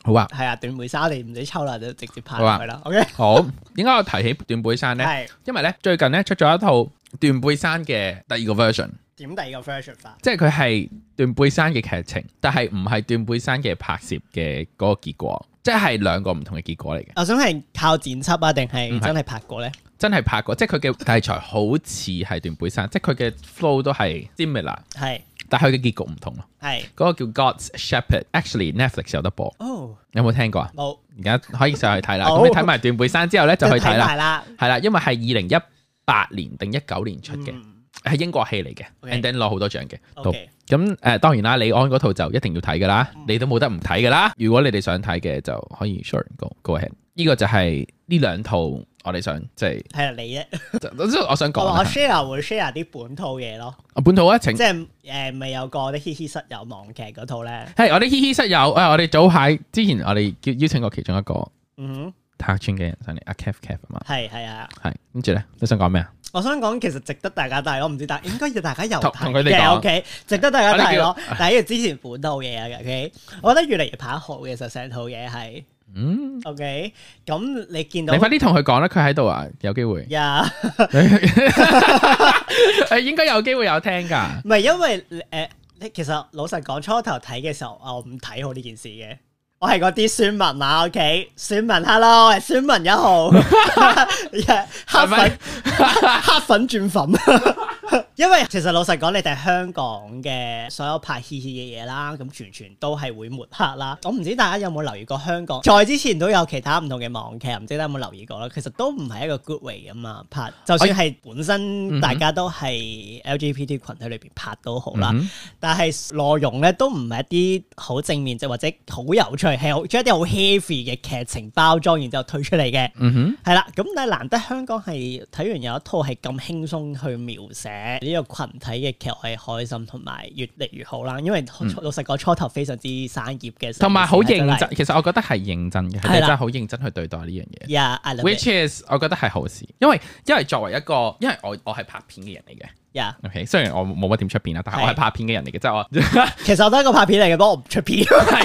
Speaker 1: 好啊，
Speaker 2: 係啊，斷背山你唔使抽啦，就直接拍落去啦。OK，
Speaker 1: 好。點解我提起斷背山咧？
Speaker 2: 係
Speaker 1: 因為咧最近咧出咗一套斷背山嘅第二個 version，
Speaker 2: 點第二個 version 法？
Speaker 1: 即係佢係斷背山嘅劇情，但係唔係斷背山嘅拍攝嘅嗰個結果，即係兩個唔同嘅結果嚟嘅。
Speaker 2: 我想係靠剪輯啊，定係
Speaker 1: 唔嗯係
Speaker 2: 真係拍過咧？
Speaker 1: 真係拍過，即係佢嘅題材好似係斷背山，即係佢嘅 flow 都係 similar，
Speaker 2: 係
Speaker 1: 但係佢嘅結局唔同咯。
Speaker 2: 係
Speaker 1: 嗰、個叫 God's Shepherd，actually Netflix 有得播，
Speaker 2: 哦，
Speaker 1: 有冇聽過啊？
Speaker 2: 冇
Speaker 1: 而家可以上去睇啦。
Speaker 2: 好
Speaker 1: 咁你睇埋斷背山之後咧，就去睇啦。
Speaker 2: 埋啦。
Speaker 1: 係啦，因為係二零一八年定一九年出嘅，
Speaker 2: 嗯
Speaker 1: 係英國戲嚟嘅
Speaker 2: OK
Speaker 1: ，and then 攞好多獎嘅。好
Speaker 2: OK，
Speaker 1: 咁誒當然啦，李安嗰套就一定要睇噶啦，你都冇得唔睇噶啦。如果你哋想睇嘅就可以 share go go ahead。呢個就係呢兩套我哋想即係，
Speaker 2: 係啊你啫。
Speaker 1: 即係我想
Speaker 2: 我
Speaker 1: 講啊
Speaker 2: 啊話我
Speaker 1: 啦
Speaker 2: share 會 share 啲本土嘢咯，
Speaker 1: 本土啊，情
Speaker 2: 即係誒咪有個啲嘻嘻室友網劇嗰套咧。
Speaker 1: 係我哋嘻嘻室友誒，我哋早排之前我哋叫邀請過其中一個
Speaker 2: 嗯哼，
Speaker 1: 塔村嘅人上嚟，阿 Kev Kev 啊嘛，
Speaker 2: 係係啊。
Speaker 1: 係跟住咧，你想講咩啊？
Speaker 2: 我想講其實值得大家睇咯，唔知大應該要大家有
Speaker 1: 同
Speaker 2: 睇
Speaker 1: 同佢 哋講
Speaker 2: 嘅 OK，值得大家睇咯
Speaker 1: 我。
Speaker 2: 但係呢個之前本土嘢嘅 OK，我覺得越嚟越拍得好嘅，其實成套嘢係
Speaker 1: 嗯。
Speaker 2: OK。咁你見到
Speaker 1: 你快啲同佢講啦，佢喺度啊，有機 會，
Speaker 2: 呀？
Speaker 1: 誒應該有機會有聽㗎。
Speaker 2: 唔係因為誒、呃你其實老實講，初頭睇嘅時候，啊我唔睇好呢件事嘅。我係嗰啲選民啊，OK，選民 hello，我係選 民一號，黑粉黑粉轉粉， 因為其實老實講，你哋香港嘅所有拍嘻嘻嘅嘢啦，咁全全都係會抹黑啦。我唔知大家有冇留意過香港，再之前都有其他唔同嘅網劇，唔知大家有冇留意過啦。其實都唔係一個 good way 噶嘛拍，就算係本身大家都係 LGBT 群體裏邊拍都好啦，
Speaker 1: 嗯
Speaker 2: 但係內容咧都唔係一啲好正面，即係或者好有趣，係好將一啲好 heavy 嘅劇情包裝，然之後推出嚟嘅。
Speaker 1: 嗯哼，
Speaker 2: 係啦，咁但係難得香港係睇完有一套係咁輕鬆去描寫呢個群體嘅劇，我係開心同埋越嚟越好啦。因為初老實講，初頭非常之生澀嘅，
Speaker 1: 嗯同埋好
Speaker 2: 真
Speaker 1: 認
Speaker 2: 係
Speaker 1: 真，。其實我覺得係認真嘅，佢哋
Speaker 2: 係啦
Speaker 1: 真係好認真去對待呢樣嘢。
Speaker 2: Yeah, I love it.
Speaker 1: Which is 我覺得係好事，因為因為作為一個，因為我我係拍片嘅人嚟嘅
Speaker 2: Yeah，
Speaker 1: ，OK，雖然我冇乜點出片啦，但係我係
Speaker 2: 係
Speaker 1: 拍片嘅人嚟嘅，即係我
Speaker 2: 其實我都係一個拍片嚟嘅，不過我唔出片。
Speaker 1: 係。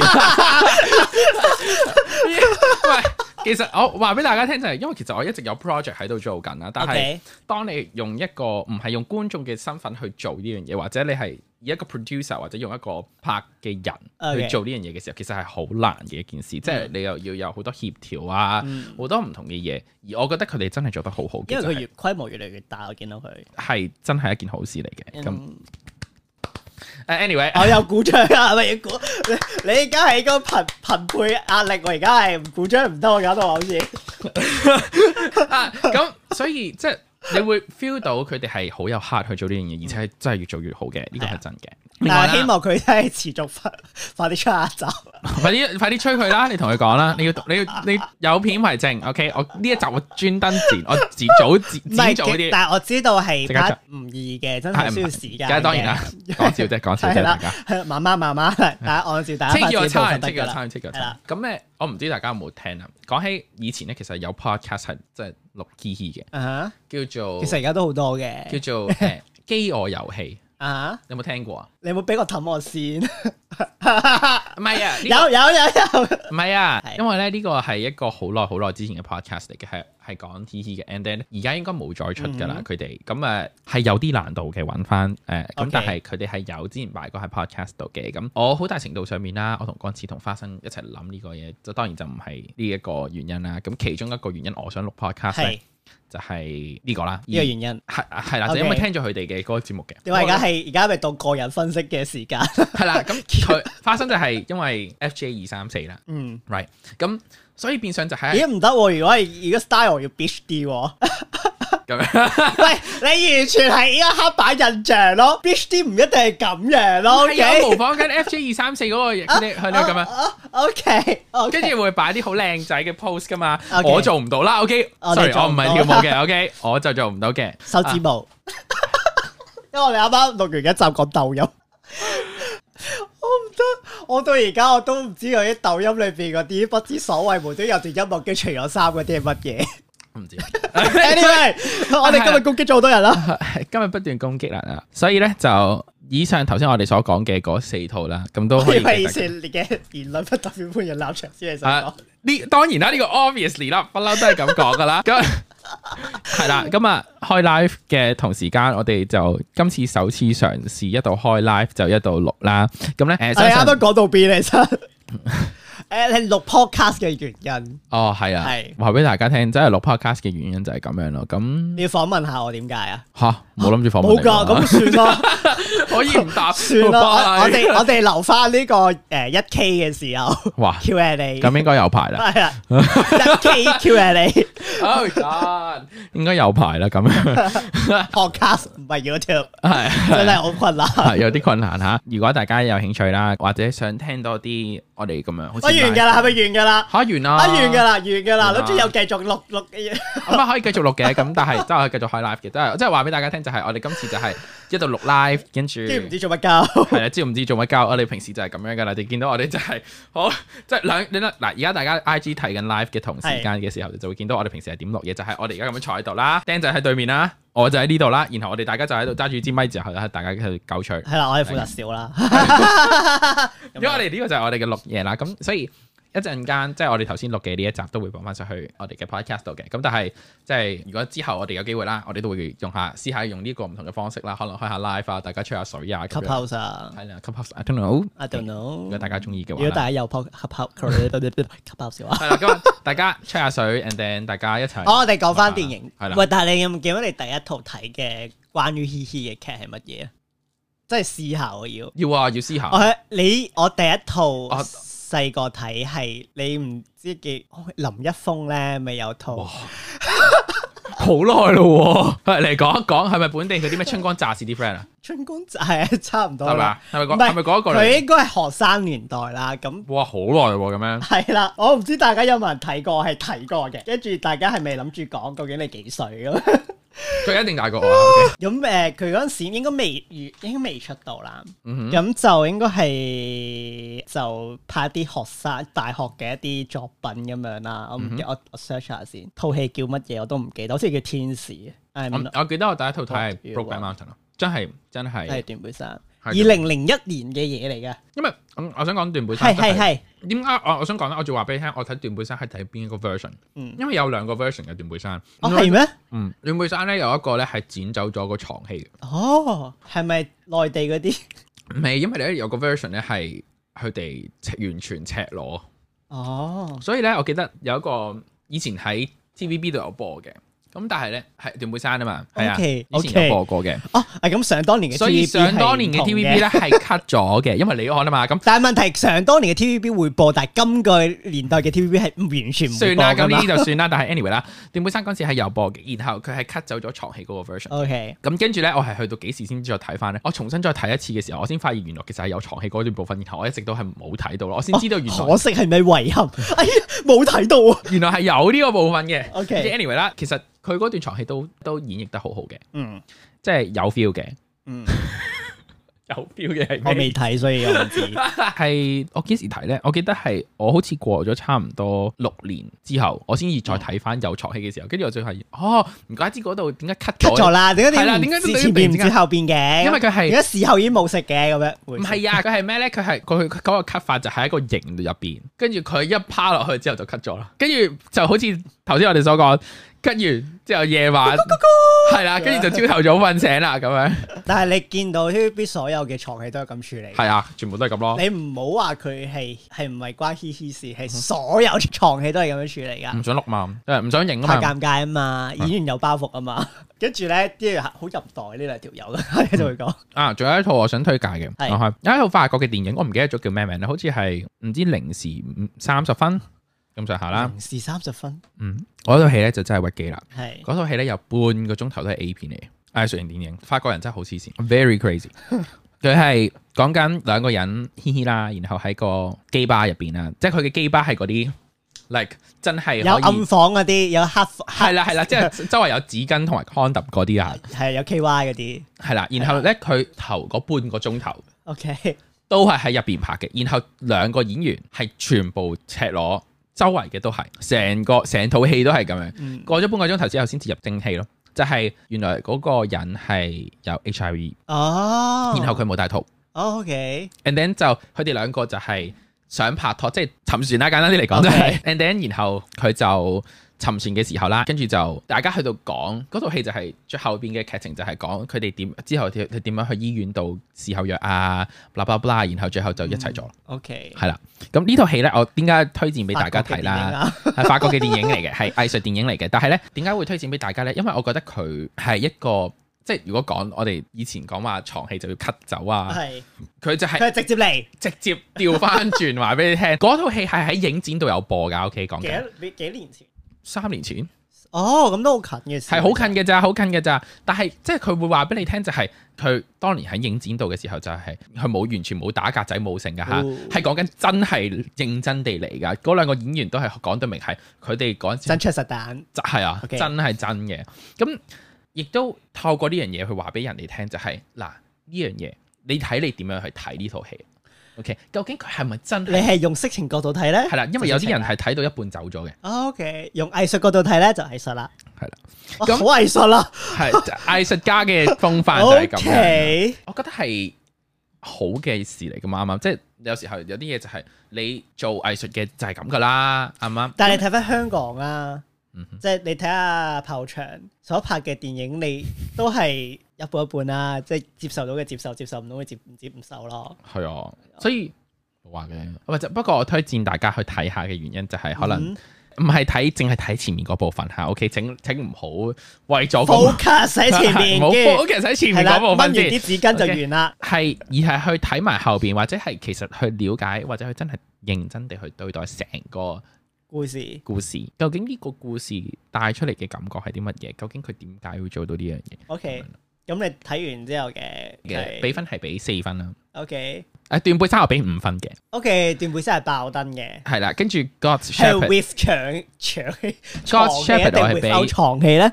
Speaker 1: 喂，其實我話俾大家聽就係，因為其實我一直有 project 喺度做緊啦，但係
Speaker 2: OK，
Speaker 1: 當你用一個唔係用觀眾嘅身份去做呢樣嘢，或者你係以一個 producer 或者用一個拍嘅人
Speaker 2: OK 嗯
Speaker 1: 去做呢樣嘢嘅時候，其實係好難嘅一件事，即係你又要有好多協調啊，好多唔同嘅嘢，而我覺得佢哋真係做得好好嘅，
Speaker 2: 因為
Speaker 1: 就
Speaker 2: 佢
Speaker 1: 係
Speaker 2: 越規模越嚟越大，我見到佢。
Speaker 1: 係真係一件好事嚟嘅。咁
Speaker 2: 嗯
Speaker 1: 誒，anyway，
Speaker 2: 我有鼓掌啊，咪要鼓。 你你而家係個貧貧配壓力，我而家係唔鼓掌唔得，我搞到我好似。
Speaker 1: 啊，咁所以即係你會 feel 到佢哋係好有 heart 去做呢樣嘢，而且係真係越做越好嘅，呢個
Speaker 2: 係
Speaker 1: 係
Speaker 2: 啊
Speaker 1: 真嘅。另外
Speaker 2: 但
Speaker 1: 啦
Speaker 2: 係希望佢真係持續快快啲出下集。
Speaker 1: 快啲快啲催佢啦！你同佢講啦，你要你要你有片為證，OK？我呢一集我專登剪，我剪 早剪
Speaker 2: 唔
Speaker 1: 剪
Speaker 2: 係
Speaker 1: 早
Speaker 2: 嘅，
Speaker 1: 啲，
Speaker 2: 但係我知道係
Speaker 1: 即刻
Speaker 2: 拍唔易嘅，真係需要時間
Speaker 1: 梗係
Speaker 2: 嘅。
Speaker 1: 當然啦，講笑啫，講笑啫，
Speaker 2: 係
Speaker 1: 大
Speaker 2: 啦啊
Speaker 1: 家。，嗯
Speaker 2: 係啦慢慢慢慢，大家按照大家
Speaker 1: Take
Speaker 2: 發
Speaker 1: your
Speaker 2: 展步伐
Speaker 1: time，take
Speaker 2: 得㗎
Speaker 1: your
Speaker 2: 啦。
Speaker 1: time，take your
Speaker 2: 係
Speaker 1: time
Speaker 2: 啦。
Speaker 1: 咁咧，我唔知大家有冇聽啦。講起以前咧，其實有 podcast 係即係錄嘻嘻
Speaker 2: 啊
Speaker 1: 嘅，叫
Speaker 2: 哈
Speaker 1: 做呃
Speaker 2: 其實而家都好多嘅。
Speaker 1: 叫做誒飢餓遊戲，
Speaker 2: 啊哈，
Speaker 1: 有冇聽過啊？
Speaker 2: 你有冇俾個氹我先？
Speaker 1: 唔係啊，呢個
Speaker 2: 有有有有。
Speaker 1: 唔係啊，
Speaker 2: 係
Speaker 1: 因為咧呢個係一個好耐好耐之前嘅 podcast 嚟嘅，係係講 T T 嘅，and then 而家應該冇再出㗎啦
Speaker 2: 嗯，
Speaker 1: 佢哋咁誒係有啲難度嘅揾翻誒，咁、
Speaker 2: OK
Speaker 1: 但係佢哋係有之前擺過喺 podcast 度嘅，咁我好大程度上面啦，我同江次同花生一齊諗呢個嘢，就當然就唔係呢一個原因啦，咁其中一個原因我想錄 podcast 呢
Speaker 2: 係
Speaker 1: 就係呢個啦，
Speaker 2: 呢個原因。
Speaker 1: 係係啦，就因為
Speaker 2: OK
Speaker 1: 聽咗佢哋嘅嗰個節目嘅，
Speaker 2: 你話而家係而家係咪到個人分析嘅 時間？
Speaker 1: 係啦，咁佢花生就係因為 F J 二三四啦
Speaker 2: 嗯。
Speaker 1: ，right，咁所以變相就係、
Speaker 2: 咦唔得喎！如果係而家 style 要 bitch 啲喎，
Speaker 1: 咁樣。
Speaker 2: 喂，你完全係依家黑板印象咯，bitch 啲唔一定係咁樣咯
Speaker 1: 係 啊，我模
Speaker 2: ，OK
Speaker 1: 仿緊 FJ 二三四嗰個嘢，佢哋佢哋咁樣，
Speaker 2: 啊啊，OK OK，
Speaker 1: 跟住會擺啲好靚仔嘅 pose 噶嘛，
Speaker 2: OK
Speaker 1: 我做唔到啦，OK，sorry，
Speaker 2: 我哋做
Speaker 1: 我
Speaker 2: 唔
Speaker 1: 唔係
Speaker 2: 到
Speaker 1: 跳舞嘅，OK，我就做唔到嘅。
Speaker 2: 手指毛，因為我哋啱啱錄完一集講抖音，我唔得，我到而家我都唔知嗰啲抖音裏邊嗰啲不知所謂無端有段音樂跟住除咗衫嗰啲係乜嘢。
Speaker 1: 唔知
Speaker 2: anyway，我哋今日攻擊咗好多人啦，
Speaker 1: 今日不斷攻擊人啊，所以咧就以上頭先我哋所講嘅嗰四套啦，咁都
Speaker 2: 我
Speaker 1: 可以
Speaker 2: 以
Speaker 1: 記得
Speaker 2: 為以
Speaker 1: 嘅。
Speaker 2: 前你嘅言論不代表本人立場先係想講
Speaker 1: 啊，呢當然啦，呢個 obviously 啦，不嬲都係咁講噶 啦。咁係啦，咁啊開 live 嘅同時間，我哋就今次首次嘗試一度開 live 就一度錄啦。咁咧誒，
Speaker 2: 我哋
Speaker 1: 相
Speaker 2: 啱
Speaker 1: 信
Speaker 2: 啱啊講到邊嚟真？誒，你錄 podcast 嘅原因，
Speaker 1: 哦，係啊，
Speaker 2: 係
Speaker 1: 話俾大家聽，真係錄 podcast 嘅原因就係咁樣咯。咁
Speaker 2: 你要訪問下我點解啊？
Speaker 1: 吓冇諗住訪問
Speaker 2: 冇
Speaker 1: 你
Speaker 2: 噶，
Speaker 1: 喎
Speaker 2: 咁算啦。
Speaker 1: 可以唔答
Speaker 2: 算啦，我我
Speaker 1: 拜
Speaker 2: 哋我哋留翻呢個誒一 K 嘅時候
Speaker 1: 哇，
Speaker 2: Q&A，
Speaker 1: 咁應該有排啦。
Speaker 2: 係啦，一 K Q&A
Speaker 1: Oh God，應該有排啦。咁樣
Speaker 2: podcast 唔係 YouTube，
Speaker 1: 係啊
Speaker 2: 真係好困難。
Speaker 1: 係有啲困難吓。如果大家有興趣啦，或者想聽多啲我哋咁樣，好似
Speaker 2: 我完噶啦，係咪完噶啦？
Speaker 1: 吓完啦，
Speaker 2: 啊完噶啦，完噶
Speaker 1: 完
Speaker 2: 啦，
Speaker 1: 啦
Speaker 2: 諗住又繼續錄錄嘅嘢。
Speaker 1: 咁啊可以繼續錄嘅。咁但係真係可以繼續開 live 嘅，真係即係話俾大家聽，就係我哋今次就係一度錄 live，跟住
Speaker 2: 跟住唔知做乜鳩，
Speaker 1: 係啊啦，知唔知做乜交？我哋平時就係咁樣噶啦，你見到我哋就係、好， 即係兩你咧嗱，而家大家 I G 睇緊 live 嘅同時間嘅時候，就會見到我哋平時係點錄嘢，就係、我哋而家咁樣坐喺度啦， 釘仔喺對面啦，我就喺呢度啦，然後我哋大家就喺度揸住支咪之後，大家喺度鳩 吹，
Speaker 2: 係啦，我係負責笑啦。
Speaker 1: 因為我哋呢個就係我哋嘅錄嘢啦，咁所以。一陣間，即係我哋頭先錄嘅呢一集都會放翻上去我哋嘅 podcast 度嘅。咁但係，即係如果之後我哋有機會啦，我哋都會用下，試下用呢個唔同嘅方式啦，可能開下 live 啊，大家吹下水啊，咁
Speaker 2: Cup
Speaker 1: 樣
Speaker 2: house 啊
Speaker 1: 係啦，clubhouse，I don't know。
Speaker 2: ，I don't
Speaker 1: 如
Speaker 2: know
Speaker 1: 果。大家中意嘅
Speaker 2: 如
Speaker 1: 話
Speaker 2: 果
Speaker 1: 啦
Speaker 2: 大家有 pod cup house cup house 啊，
Speaker 1: 系啦，今日大家吹下水，and
Speaker 2: 哦
Speaker 1: then 大家一齊。
Speaker 2: 哦，我哋講翻電影
Speaker 1: 係啦。
Speaker 2: 喂，但係你有冇記得你第一套睇嘅關於嘻嘻嘅劇係乜嘢啊？真係思考啊要。
Speaker 1: 要啊，要思考。
Speaker 2: 我你我第一套
Speaker 1: 啊
Speaker 2: 細個睇係你唔知幾哦林一峰咧，咪有套
Speaker 1: 哇好耐咯喎，嚟講一講係咪本地嗰啲咩春光乍泄啲 friend 啊？
Speaker 2: 春光就 係差唔多
Speaker 1: 係咪
Speaker 2: 啦，
Speaker 1: 啊？係咪
Speaker 2: 唔
Speaker 1: 嗰
Speaker 2: 係
Speaker 1: 係咪嗰一個嚟？
Speaker 2: 佢應該係學生年代啦，咁。
Speaker 1: 哇，好耐喎咁 樣。
Speaker 2: 係啦，我唔知大家有冇人睇過，係睇過嘅。跟住大家係咪諗住講究竟你幾歲咁？
Speaker 1: 佢一定大過我
Speaker 2: 哦
Speaker 1: 啊。OK
Speaker 2: 咁誒，佢嗰陣時應該未應該未出道啦。
Speaker 1: 嗯哼
Speaker 2: 咁就應該係就拍啲學生大學嘅一啲作品咁樣啦。我
Speaker 1: 嗯
Speaker 2: 唔記，我我 search 下先，套戲叫乜嘢我都唔記得，好似叫天使。係唔
Speaker 1: 嗯我我記得我第一套睇係
Speaker 2: 哦
Speaker 1: 《Brokeback Mountain》咯，真係真嗯
Speaker 2: 係
Speaker 1: 係，
Speaker 2: 段背山，
Speaker 1: 係
Speaker 2: 二零零一年嘅嘢嚟嘅，
Speaker 1: 因為咁我想講段背山
Speaker 2: 係
Speaker 1: 真
Speaker 2: 係
Speaker 1: 係
Speaker 2: 係，
Speaker 1: 點解啊我我想講咧？我就話俾你聽，我睇段背山係睇邊一個 version，
Speaker 2: 嗯
Speaker 1: 因為有兩個 version 嘅段背山。
Speaker 2: 哦係咩？
Speaker 1: 嗯，段背山咧有一個咧係剪走咗個床戲嘅。
Speaker 2: 哦，係咪內地嗰啲？
Speaker 1: 唔係，因為咧有個 version 咧係佢哋赤完全赤裸，
Speaker 2: 哦，
Speaker 1: 所以咧我記得有一個以前喺 TVB 度有播嘅，咁但係咧係段背山啊嘛，係啊
Speaker 2: OK，OK
Speaker 1: 以前有播過嘅，
Speaker 2: 哦，係咁想當年嘅 TVB
Speaker 1: 所以想當年
Speaker 2: 係
Speaker 1: 嘅
Speaker 2: 唔同
Speaker 1: TVB 咧係 cut 咗嘅，因為離岸啊嘛，咁
Speaker 2: 但係問題，想當年嘅 TVB 會播，但係今個年代嘅 TVB 係完全唔會
Speaker 1: 算
Speaker 2: 播
Speaker 1: 啦，
Speaker 2: 㗎
Speaker 1: 咁呢
Speaker 2: 嘛
Speaker 1: 啲就算啦，但係 anyway 啦，段背山嗰陣時係有播嘅，然後佢係 cut 走咗床戲嗰個 version。
Speaker 2: O K，
Speaker 1: 咁跟住咧，我係去到幾時先再睇翻咧？我重新再睇一次嘅時候，我先發現原來其實係有床戲嗰段部分，然後我一直都係冇睇到咯。我先知道原來
Speaker 2: 可惜係咪遺憾？ 哎呀，冇睇到啊！
Speaker 1: 原來係有呢個部分嘅。
Speaker 2: OK
Speaker 1: 即係 anyway 啦，其實佢嗰段床戲都都演繹得好好嘅，
Speaker 2: 嗯
Speaker 1: 即係有 feel 嘅，
Speaker 2: 嗯，
Speaker 1: 有 feel 嘅係
Speaker 2: 我
Speaker 1: 咩
Speaker 2: 未睇，所以我 唔知。
Speaker 1: 係我幾時睇咧？我記得係我好似過咗差唔多六年之後，我先至再睇翻有床戲嘅時候，跟住我就發現，哦，唔怪之嗰度點解 cut
Speaker 2: cut 咗
Speaker 1: 咗？
Speaker 2: 啦，哎點解
Speaker 1: 係啦
Speaker 2: 你
Speaker 1: 點解
Speaker 2: 唔知
Speaker 1: 你
Speaker 2: 前邊唔
Speaker 1: 突然之間
Speaker 2: 知後邊嘅？
Speaker 1: 因為佢係
Speaker 2: 而家事後已經冇食嘅咁樣。唔
Speaker 1: 唔係啊，佢係咩咧？佢係佢佢嗰個 cut 法就喺一個型入邊，跟住佢一趴落去之後就 cut 咗啦，跟住就好似頭先我哋所講，跟住之後夜晚係啦，跟住就朝頭早瞓醒啦咁樣，
Speaker 2: 但係你見到 TVB 所有嘅床戲都係咁處理。
Speaker 1: 係啊，全部都係咁咯。
Speaker 2: 你唔好話佢係係唔係關嘻嘻事，
Speaker 1: 嗯
Speaker 2: 係所有床戲都係咁樣處理㗎。
Speaker 1: 唔想錄嘛，啊誒唔想影
Speaker 2: 太
Speaker 1: 啊嘛，
Speaker 2: 尷尬啊嘛，演員有包袱 啊嘛，跟住咧啲人好入袋呢兩條 友，喺度會講
Speaker 1: 啊仲有一套我想推介嘅，
Speaker 2: 係
Speaker 1: 啊有一套法國嘅電影，我唔記得咗叫咩名啦，好似係唔知零時三十分咁上下啦。
Speaker 2: 零時三十分，
Speaker 1: 嗯，嗰套戲咧就真係屈機啦，
Speaker 2: 係
Speaker 1: 嗰套戲咧有半個鐘頭都係 A 片嚟嘅，藝術型電影，法國人真係好黐線，very crazy。佢係講緊兩個人嘻嘻啦，然後喺個基吧入邊啊啦，即係佢嘅基吧係嗰啲 like 真係
Speaker 2: 有
Speaker 1: 可以
Speaker 2: 暗房嗰啲，有黑
Speaker 1: 係
Speaker 2: 係
Speaker 1: 啦係啦，即係周圍有紙巾同埋 condom 嗰啲啊，
Speaker 2: 係有 K Y 嗰啲
Speaker 1: 係啦，然後咧佢頭嗰半個鐘頭。
Speaker 2: ，OK
Speaker 1: 都係喺入邊拍嘅，然後兩個演員係全部赤裸，周圍嘅都係，成個成套戲都係咁樣。
Speaker 2: 嗯
Speaker 1: 過咗半個鐘頭之後先至入正戲咯，就係、原來嗰個人係有 HIV，
Speaker 2: 哦，
Speaker 1: 然後佢冇戴套
Speaker 2: 哦 OK
Speaker 1: ，and then 就佢哋兩個就係想拍拖，即係沉船啦，簡單啲嚟講就係
Speaker 2: OK
Speaker 1: ，and then 然後佢就。沉船嘅時候啦，跟住就大家去到講嗰套戲就係最後邊嘅劇情就係講佢哋點之後佢佢點樣去醫院度事後藥啊，blah blah blah，然後最後就一齊咗啦。
Speaker 2: OK，
Speaker 1: 係啦，咁呢套戲咧，我點解推薦俾
Speaker 2: 俾
Speaker 1: 大家睇
Speaker 2: 啊
Speaker 1: 啦？，係法國嘅電影嚟嘅，係藝術電影嚟嘅。但係咧，點解會推薦俾大家咧？因為我覺得佢係一個，即係如果講我哋以前講話床戲就要 cut 走啊，
Speaker 2: 係
Speaker 1: 佢就係
Speaker 2: 佢係直接嚟，
Speaker 1: 直接調翻轉話俾你聽。嗰套戲係喺影展度有播㗎，OK 講
Speaker 2: 幾
Speaker 1: 緊
Speaker 2: 多幾幾年前，
Speaker 1: 三年前。
Speaker 2: 哦咁都好近嘅事，
Speaker 1: 係好近嘅咋，好近嘅咋。但係即係佢會話俾你聽，就係佢當年喺影展度嘅時候，就係佢冇完全冇打格仔冇成㗎吓，
Speaker 2: 哦
Speaker 1: 係講緊真係認真地嚟㗎。嗰兩個演員都係講得明係佢哋嗰陣時
Speaker 2: 真槍實彈，
Speaker 1: 就係啊
Speaker 2: OK
Speaker 1: 真係真嘅。咁亦都透過呢樣嘢去話俾人哋聽，就係嗱呢樣嘢，你睇你點樣去睇呢套戲？OK，究竟佢係咪真
Speaker 2: 你
Speaker 1: 係
Speaker 2: 係用色情角度睇咧
Speaker 1: 係？啦？因為有啲人係睇到一半走咗嘅，
Speaker 2: 哦 OK，用藝術角度睇咧就藝術啦，
Speaker 1: 係啦，
Speaker 2: 哇
Speaker 1: 咁
Speaker 2: 好藝術啊啦
Speaker 1: 係藝術家嘅風範就係咁樣。
Speaker 2: ，OK。
Speaker 1: 我覺得係好嘅事嚟噶嘛，啱唔啱？即係有時候有啲嘢就係你做藝術嘅就係咁噶啦，啱唔啱？
Speaker 2: 但係你睇翻香港啦，
Speaker 1: 嗯哼
Speaker 2: 即係你睇下炮場所拍嘅電影，你都係一半一半啦，即係接受到嘅接受，接受唔到嘅接唔接唔受咯。
Speaker 1: 係啊，所以冇話嘅，或者不過我推薦大家去睇下嘅原因就係可能
Speaker 2: 嗯
Speaker 1: 唔係睇，淨係睇前面嗰部分吓。OK，請請唔好為咗個
Speaker 2: focus 喺前面，
Speaker 1: 冇
Speaker 2: 跟住
Speaker 1: focus 喺前
Speaker 2: 係
Speaker 1: 面
Speaker 2: 啦，
Speaker 1: 嗰
Speaker 2: 掹
Speaker 1: 部
Speaker 2: 完
Speaker 1: 分先
Speaker 2: 啲。紙巾就完啦。
Speaker 1: 係而係去睇埋後邊，或者係其實去了解，或者去真係認真地去對待成個
Speaker 2: 故事
Speaker 1: 故事。究竟呢個故事帶出嚟嘅感覺係啲乜嘢？究竟佢點解會做到呢樣嘢
Speaker 2: OK，咁你睇完之後嘅
Speaker 1: 嘅？俾分係俾四分啦。
Speaker 2: OK
Speaker 1: 誒斷背山我俾五分嘅，
Speaker 2: OK 段背山係爆燈嘅，
Speaker 1: 係啦。跟住 God
Speaker 2: 係
Speaker 1: Shepherd。
Speaker 2: with 搶搶床
Speaker 1: God
Speaker 2: 戲一
Speaker 1: Shepherd 我係
Speaker 2: 定
Speaker 1: 俾
Speaker 2: without 床戲咧。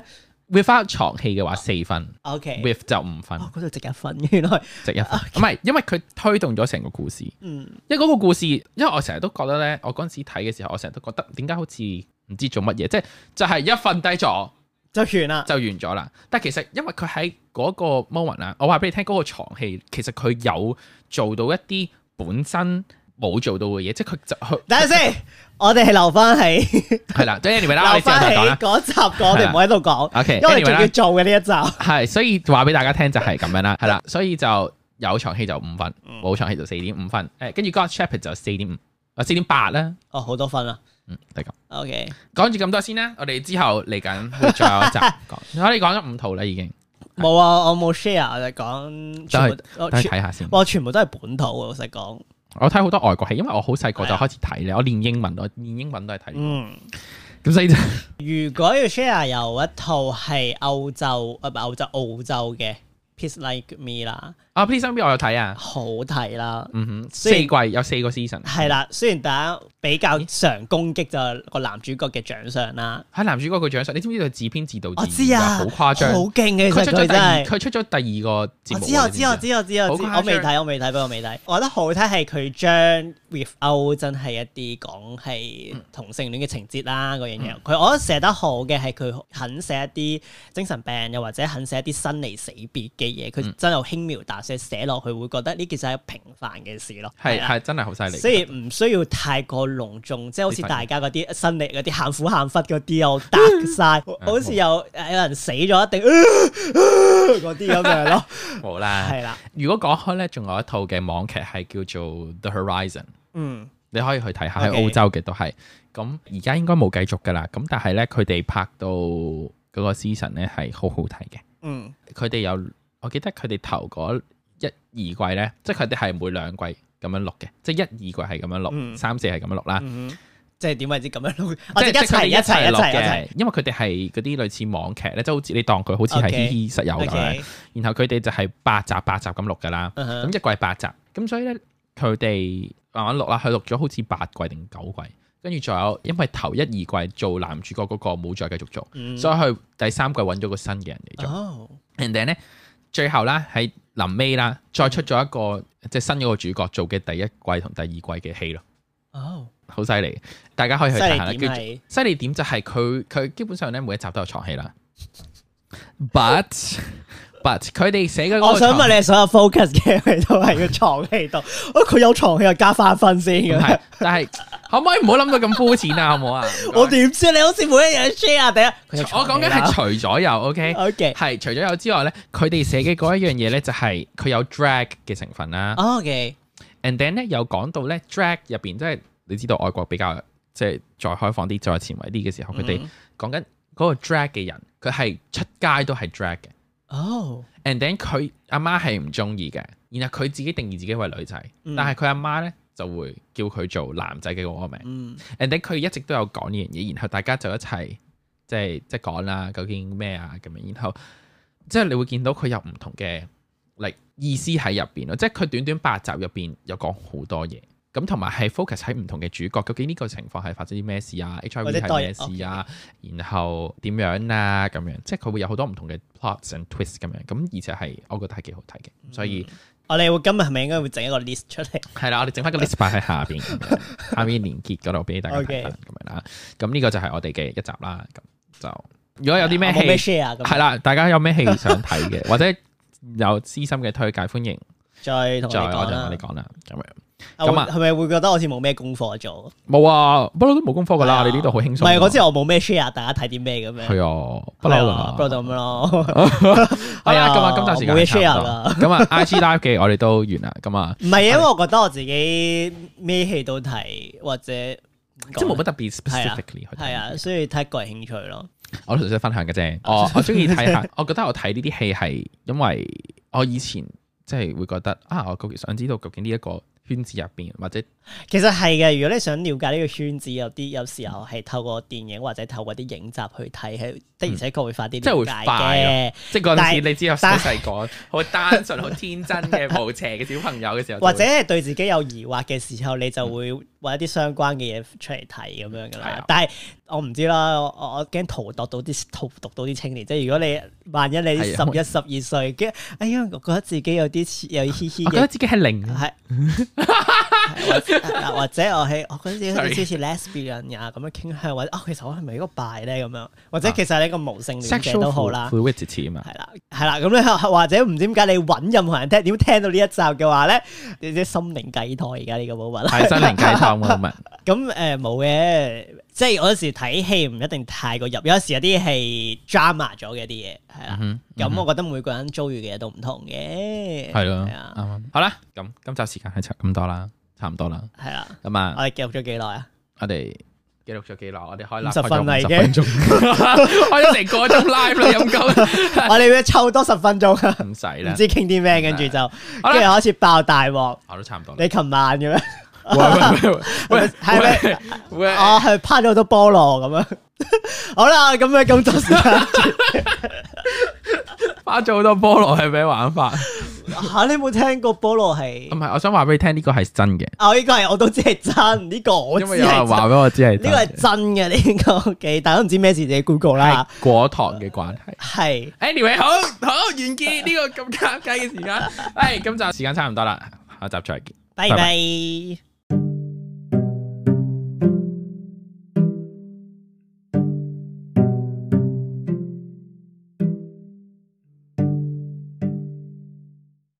Speaker 1: without 床戲嘅話四分
Speaker 2: OK Ờ,
Speaker 1: ，with 就五分，
Speaker 2: 哦哦，嗰度值一分嘅，原來
Speaker 1: 值一分。唔係，因為佢推動咗成個故事，
Speaker 2: 嗯
Speaker 1: 因為嗰個故事，因為我成日都覺得咧，我嗰陣時睇嘅時候，我成日都覺得點解好似唔知做乜嘢，即係就係一瞓低咗
Speaker 2: 就完啦。
Speaker 1: 就完咗啦。但係其實因為佢喺嗰個 moment 啊，我話俾你聽，嗰、個床戲其實佢有做到一啲本身冇做到嘅嘢，即係佢就去
Speaker 2: 等陣先，我哋係留翻喺
Speaker 1: 係啦。即係 anyway 啦，我
Speaker 2: 留
Speaker 1: 哋之後
Speaker 2: 翻
Speaker 1: 再講
Speaker 2: 喺
Speaker 1: 啦。
Speaker 2: 嗰集嗰，我哋唔好喺度講，
Speaker 1: OK，
Speaker 2: 因
Speaker 1: anyway
Speaker 2: 為仲
Speaker 1: 啦
Speaker 2: 要做嘅呢一集。
Speaker 1: 係，所以話俾大家聽就係咁樣 啦，係啦，所以就有場戲就五分，
Speaker 2: 嗯
Speaker 1: 冇場戲就四點五分，誒，跟住 God Shepherd 就四點五，啊四點八啦，
Speaker 2: 哦，好多分啊。
Speaker 1: 嗯，係咁。
Speaker 2: à. OK，
Speaker 1: 講住咁多先啦，我哋之後嚟緊會再有一 集講，我哋講咗五套啦已經，
Speaker 2: 冇啊，我冇 share，我就講全部，我
Speaker 1: 等
Speaker 2: 全
Speaker 1: 去睇下先。
Speaker 2: 我全部都係本土啊，老實講。
Speaker 1: 我睇好多外國戲，因為我好細個就
Speaker 2: 係啊
Speaker 1: 開始睇咧，我練英文，我練英文都係睇，
Speaker 2: 嗯，
Speaker 1: 咁所以就
Speaker 2: 如果要 share 有一套係歐洲，啊唔係歐洲澳洲嘅《Peace Like Me》啦，
Speaker 1: 啊 Please Don't Be 我有睇啊，
Speaker 2: 好睇啦。
Speaker 1: 嗯哼，四
Speaker 2: 雖然
Speaker 1: 季有四個 season，
Speaker 2: 係啦，雖然大家比較常攻擊就係個男主角嘅獎賞啦，
Speaker 1: 喺男主角個獎賞，你知唔知佢自編自導
Speaker 2: 我
Speaker 1: 自
Speaker 2: 知
Speaker 1: 演㗎
Speaker 2: 啊，
Speaker 1: 好誇張
Speaker 2: 好，勁嘅，其
Speaker 1: 佢
Speaker 2: 實
Speaker 1: 出咗
Speaker 2: 佢
Speaker 1: 第
Speaker 2: 真
Speaker 1: 二，
Speaker 2: 係。
Speaker 1: 佢出咗第二個節
Speaker 2: 我
Speaker 1: 目啊
Speaker 2: 知啊我
Speaker 1: 喎，你
Speaker 2: 知
Speaker 1: 唔
Speaker 2: 我知我知
Speaker 1: 好
Speaker 2: 我知，
Speaker 1: 誇張
Speaker 2: 我未睇我未睇，不過我未睇。我覺得好睇係佢將 without 真係一啲講
Speaker 1: 嗯
Speaker 2: 係同性戀嘅情節啦嗰樣嘢，佢我覺得寫得好嘅係佢肯寫一啲精神病又或者肯寫一啲生離死別嘅嘢，
Speaker 1: 嗯
Speaker 2: 佢真係好輕描淡寫寫落去，會覺得呢件事係一個平凡嘅事咯。
Speaker 1: 係
Speaker 2: 啊
Speaker 1: 係真係好犀利，
Speaker 2: 所以唔需要太過隆重，即係好似
Speaker 1: 呢塊
Speaker 2: 大家嗰啲新嚟嗰啲喊苦喊忽嗰啲又 dark
Speaker 1: 嗯
Speaker 2: 晒，好似有有人死咗一定呃嗰啲咁樣 咯，
Speaker 1: 冇啦。
Speaker 2: 係啦，
Speaker 1: 如果講開咧，仲有一套嘅網劇係叫做《The Horizon》，
Speaker 2: 嗯，
Speaker 1: 你可以去睇下，喺
Speaker 2: OK
Speaker 1: 澳洲嘅都係。咁而家應該冇繼續噶啦。咁但係咧，佢哋拍到嗰個 season 咧係好好睇嘅。
Speaker 2: 嗯，
Speaker 1: 佢哋有，我記得佢哋頭嗰一二季咧，即係佢哋係每兩季咁樣錄嘅，即係一二季係咁樣錄，
Speaker 2: 嗯
Speaker 1: 三四係咁樣錄啦。
Speaker 2: 嗯哼即係點為之咁樣錄？我
Speaker 1: 啊即
Speaker 2: 哋
Speaker 1: 係即
Speaker 2: 一齊一
Speaker 1: 係佢哋
Speaker 2: 齊
Speaker 1: 一
Speaker 2: 一
Speaker 1: 錄
Speaker 2: 齊一齊
Speaker 1: 嘅，因為佢哋係嗰啲類似網劇咧，即係好似你當佢好似係
Speaker 2: OK
Speaker 1: 嘻嘻室友咁樣。
Speaker 2: ，OK，
Speaker 1: 然後佢哋就係八集八集咁錄噶啦，咁、
Speaker 2: 嗯哼
Speaker 1: 一季係八集，咁所以咧佢哋慢慢錄啦，佢錄咗好似八季定九季，跟住仲有因為頭一二季做男主角嗰個冇再繼續做，
Speaker 2: 嗯
Speaker 1: 所以佢第三季揾咗個新嘅人嚟做
Speaker 2: 哦，
Speaker 1: ，and then 咧最後啦喺臨尾啦，再出咗一個即係新嗰個主角做嘅第一季同第二季嘅戲咯，
Speaker 2: 哦，
Speaker 1: 好犀利，大家可以去
Speaker 2: 犀
Speaker 1: 睇下啦。
Speaker 2: 利
Speaker 1: 叫
Speaker 2: 點
Speaker 1: 做
Speaker 2: 係
Speaker 1: 犀利點就係佢佢基本上咧每一集都有床戲 啦，but but 佢哋寫嘅嗰個
Speaker 2: 我想
Speaker 1: 床戲
Speaker 2: 問你所有 focus 嘅 佢都係個床戲度，哦，佢有床戲又加翻分先
Speaker 1: 唔
Speaker 2: 嘅
Speaker 1: 係，，但係可唔可以唔好諗到咁膚淺啊？好唔好啊？唔該
Speaker 2: 我點知你好似每一樣 share 第一，佢有哦
Speaker 1: 我講緊係除咗有，OK，
Speaker 2: OK。
Speaker 1: 係除咗有之外咧，佢哋寫嘅嗰一樣嘢咧，就係佢有 drag 嘅成分啦。
Speaker 2: 哦 OK，
Speaker 1: And then 咧有講到咧 drag 入邊，即係你知道外國比較即係再開放啲、再前衞啲嘅時候，佢哋
Speaker 2: 嗯
Speaker 1: 講緊嗰個 drag 嘅人，佢係出街都係 drag 嘅。
Speaker 2: 哦，
Speaker 1: And then 佢阿媽係唔中意嘅，然後佢自己定義自己為女仔，
Speaker 2: 嗯
Speaker 1: 但係佢阿媽咧就會叫佢做男仔嘅嗰個名。
Speaker 2: 嗯，
Speaker 1: and then 佢一直都有講呢樣嘢，然後大家就一齊即係即係講啦，究竟咩啊咁樣，然後即係你會見到佢有唔同嘅嚟意思喺入邊咯，即係佢短短八集入邊有講好多嘢，咁同埋係 focus 喺唔同嘅主角，究竟呢個情況係發生啲咩事啊
Speaker 2: 或
Speaker 1: ，HIV
Speaker 2: 者哦
Speaker 1: 係咩事啊，然後點樣啊咁樣，即係佢會有好多唔同嘅 plots and twist 咁樣，咁而且係我覺得係幾好睇嘅，所以。
Speaker 2: 我哋會今日係咪應該會整一個 list 出嚟？
Speaker 1: 係啦，我哋整翻個 list 擺喺下邊 咁樣，下面連結嗰度俾大家睇翻
Speaker 2: OK
Speaker 1: 咁樣啦。咁呢個就係我哋嘅一集啦。咁就如果有啲咩
Speaker 2: 啊我冇咩
Speaker 1: 戲
Speaker 2: share 咁
Speaker 1: 係，啦，大家有咩戲想睇嘅， 或者有私心嘅推介，歡迎
Speaker 2: 再同
Speaker 1: 再
Speaker 2: 我哋
Speaker 1: 我
Speaker 2: 講
Speaker 1: 就我
Speaker 2: 啦
Speaker 1: 哋。講啦。咁樣
Speaker 2: 啊
Speaker 1: 咁啊
Speaker 2: 會係咪會覺得好似冇咩功課做？
Speaker 1: 冇啊，不嬲都冇功課噶
Speaker 2: 係啊
Speaker 1: 啦，你呢度好輕鬆
Speaker 2: 唔
Speaker 1: 啊。
Speaker 2: 係，我知我冇咩 share，大家睇啲咩咁樣。
Speaker 1: 係啊，不嬲
Speaker 2: 啊，不嬲
Speaker 1: 啦。
Speaker 2: 咁
Speaker 1: 好啦，咁啊，
Speaker 2: 咯。係啊
Speaker 1: 今集時間
Speaker 2: 冇
Speaker 1: 係
Speaker 2: 嘢 share
Speaker 1: 差唔
Speaker 2: 啦
Speaker 1: 多。咁啊，IG Live 嘅我哋都完啦。咁啊，
Speaker 2: 唔係因為我覺得我自己咩戲都睇，或者
Speaker 1: 即係冇乜特別
Speaker 2: 係啊
Speaker 1: specifically 去睇
Speaker 2: 係啊，所以睇個人興趣咯。
Speaker 1: 我純粹分享嘅啫。
Speaker 2: 哦
Speaker 1: 我我中意睇下， 我覺得我睇呢啲戲係因為我以前即係會覺得啊，我究竟想知道究竟呢一個圈子入邊或者
Speaker 2: 其實係嘅，如果你想了解呢個圈子，有啲有時候係透過電影或者透過啲影集去睇，係的而且確會快啲
Speaker 1: 即係會
Speaker 2: 了解
Speaker 1: 快
Speaker 2: 嘅
Speaker 1: 咯。即係嗰陣時
Speaker 2: 但
Speaker 1: 你知我好
Speaker 2: 但
Speaker 1: 細個，好單純、好天真嘅無邪嘅小朋友嘅時候，
Speaker 2: 或者係對自己有疑惑嘅時候，你就會揾一啲相關嘅嘢出嚟睇咁樣噶
Speaker 1: 嗯係
Speaker 2: 啦
Speaker 1: 啊。
Speaker 2: 但係我唔知啦，我我我驚荼毒到啲荼毒到啲青年。即係如果你萬一你
Speaker 1: 係啊
Speaker 2: 十一十二歲，跟住哎呀，我覺得自己有啲似有啲嘻嘻
Speaker 1: 我覺得
Speaker 2: 嘅，
Speaker 1: 自己係零，
Speaker 2: 係或者或者我係我覺得自己好
Speaker 1: Sorry
Speaker 2: 似似 lesbian 啊咁樣傾向，或者哦其實我係咪一個 bi 咧咁樣，或
Speaker 1: 啊
Speaker 2: 者其實你一個無性戀者
Speaker 1: sexual
Speaker 2: 都好啦。
Speaker 1: fluidity 啊 嘛，
Speaker 2: 係啦，係啦，咁咧或者唔知點解你揾任何人聽，點聽到呢一集嘅話咧，你啲心靈雞湯而家呢個冇乜。
Speaker 1: 係心靈雞湯啊 嘛，
Speaker 2: 咁誒冇嘅，即係我有時睇戲唔一定太過入，有時有啲係 drama 咗嘅啲嘢，係
Speaker 1: 嗯
Speaker 2: 啦。
Speaker 1: 哼
Speaker 2: 咁、我覺得每個人遭遇嘅嘢都唔同嘅。
Speaker 1: 係咯，
Speaker 2: 係
Speaker 1: 啱
Speaker 2: 啊，
Speaker 1: 啱好啦，咁今集時間係差咁多啦，差唔多啦，
Speaker 2: 係啦。
Speaker 1: 咁啊
Speaker 2: 我。哋記錄咗幾 耐啊？
Speaker 1: 我哋記錄咗幾耐？我哋開 live
Speaker 2: 50分啦
Speaker 1: 開
Speaker 2: 已
Speaker 1: 咗50
Speaker 2: 經
Speaker 1: 分鐘， 開咗成個鐘 live 啦，陰鳩
Speaker 2: 我哋要抽多十分鐘啊！
Speaker 1: 唔使
Speaker 2: 唔
Speaker 1: 啦，
Speaker 2: 知傾啲咩，跟住就
Speaker 1: 好啦
Speaker 2: 跟住開始爆大鑊。
Speaker 1: 我都差唔多啦。
Speaker 2: 你琴晚咁 樣，
Speaker 1: 喂喂喂
Speaker 2: 係咪
Speaker 1: 喂喂，
Speaker 2: 我係啊拍咗好多菠蘿咁樣。 好啦，咁樣咁多時間。
Speaker 1: 花咗好多菠蘿係咩玩法？唔
Speaker 2: 吓、你冇聽過菠蘿係？
Speaker 1: 係，我想話俾你聽，呢個係真嘅，
Speaker 2: 啊，呢個係我都知係真，呢、個我知
Speaker 1: 因為有人
Speaker 2: 係真，
Speaker 1: 話俾我知係
Speaker 2: 呢個係
Speaker 1: 真嘅，
Speaker 2: 真嘅呢、個 OK，大家唔知咩事自己 Google 啦
Speaker 1: 係。果糖嘅關係。
Speaker 2: 係，
Speaker 1: Anyway，好好完結呢 個咁尷尬嘅時間。誒，今集時間差唔多啦，下集再見。
Speaker 2: 拜
Speaker 1: 拜
Speaker 2: 拜。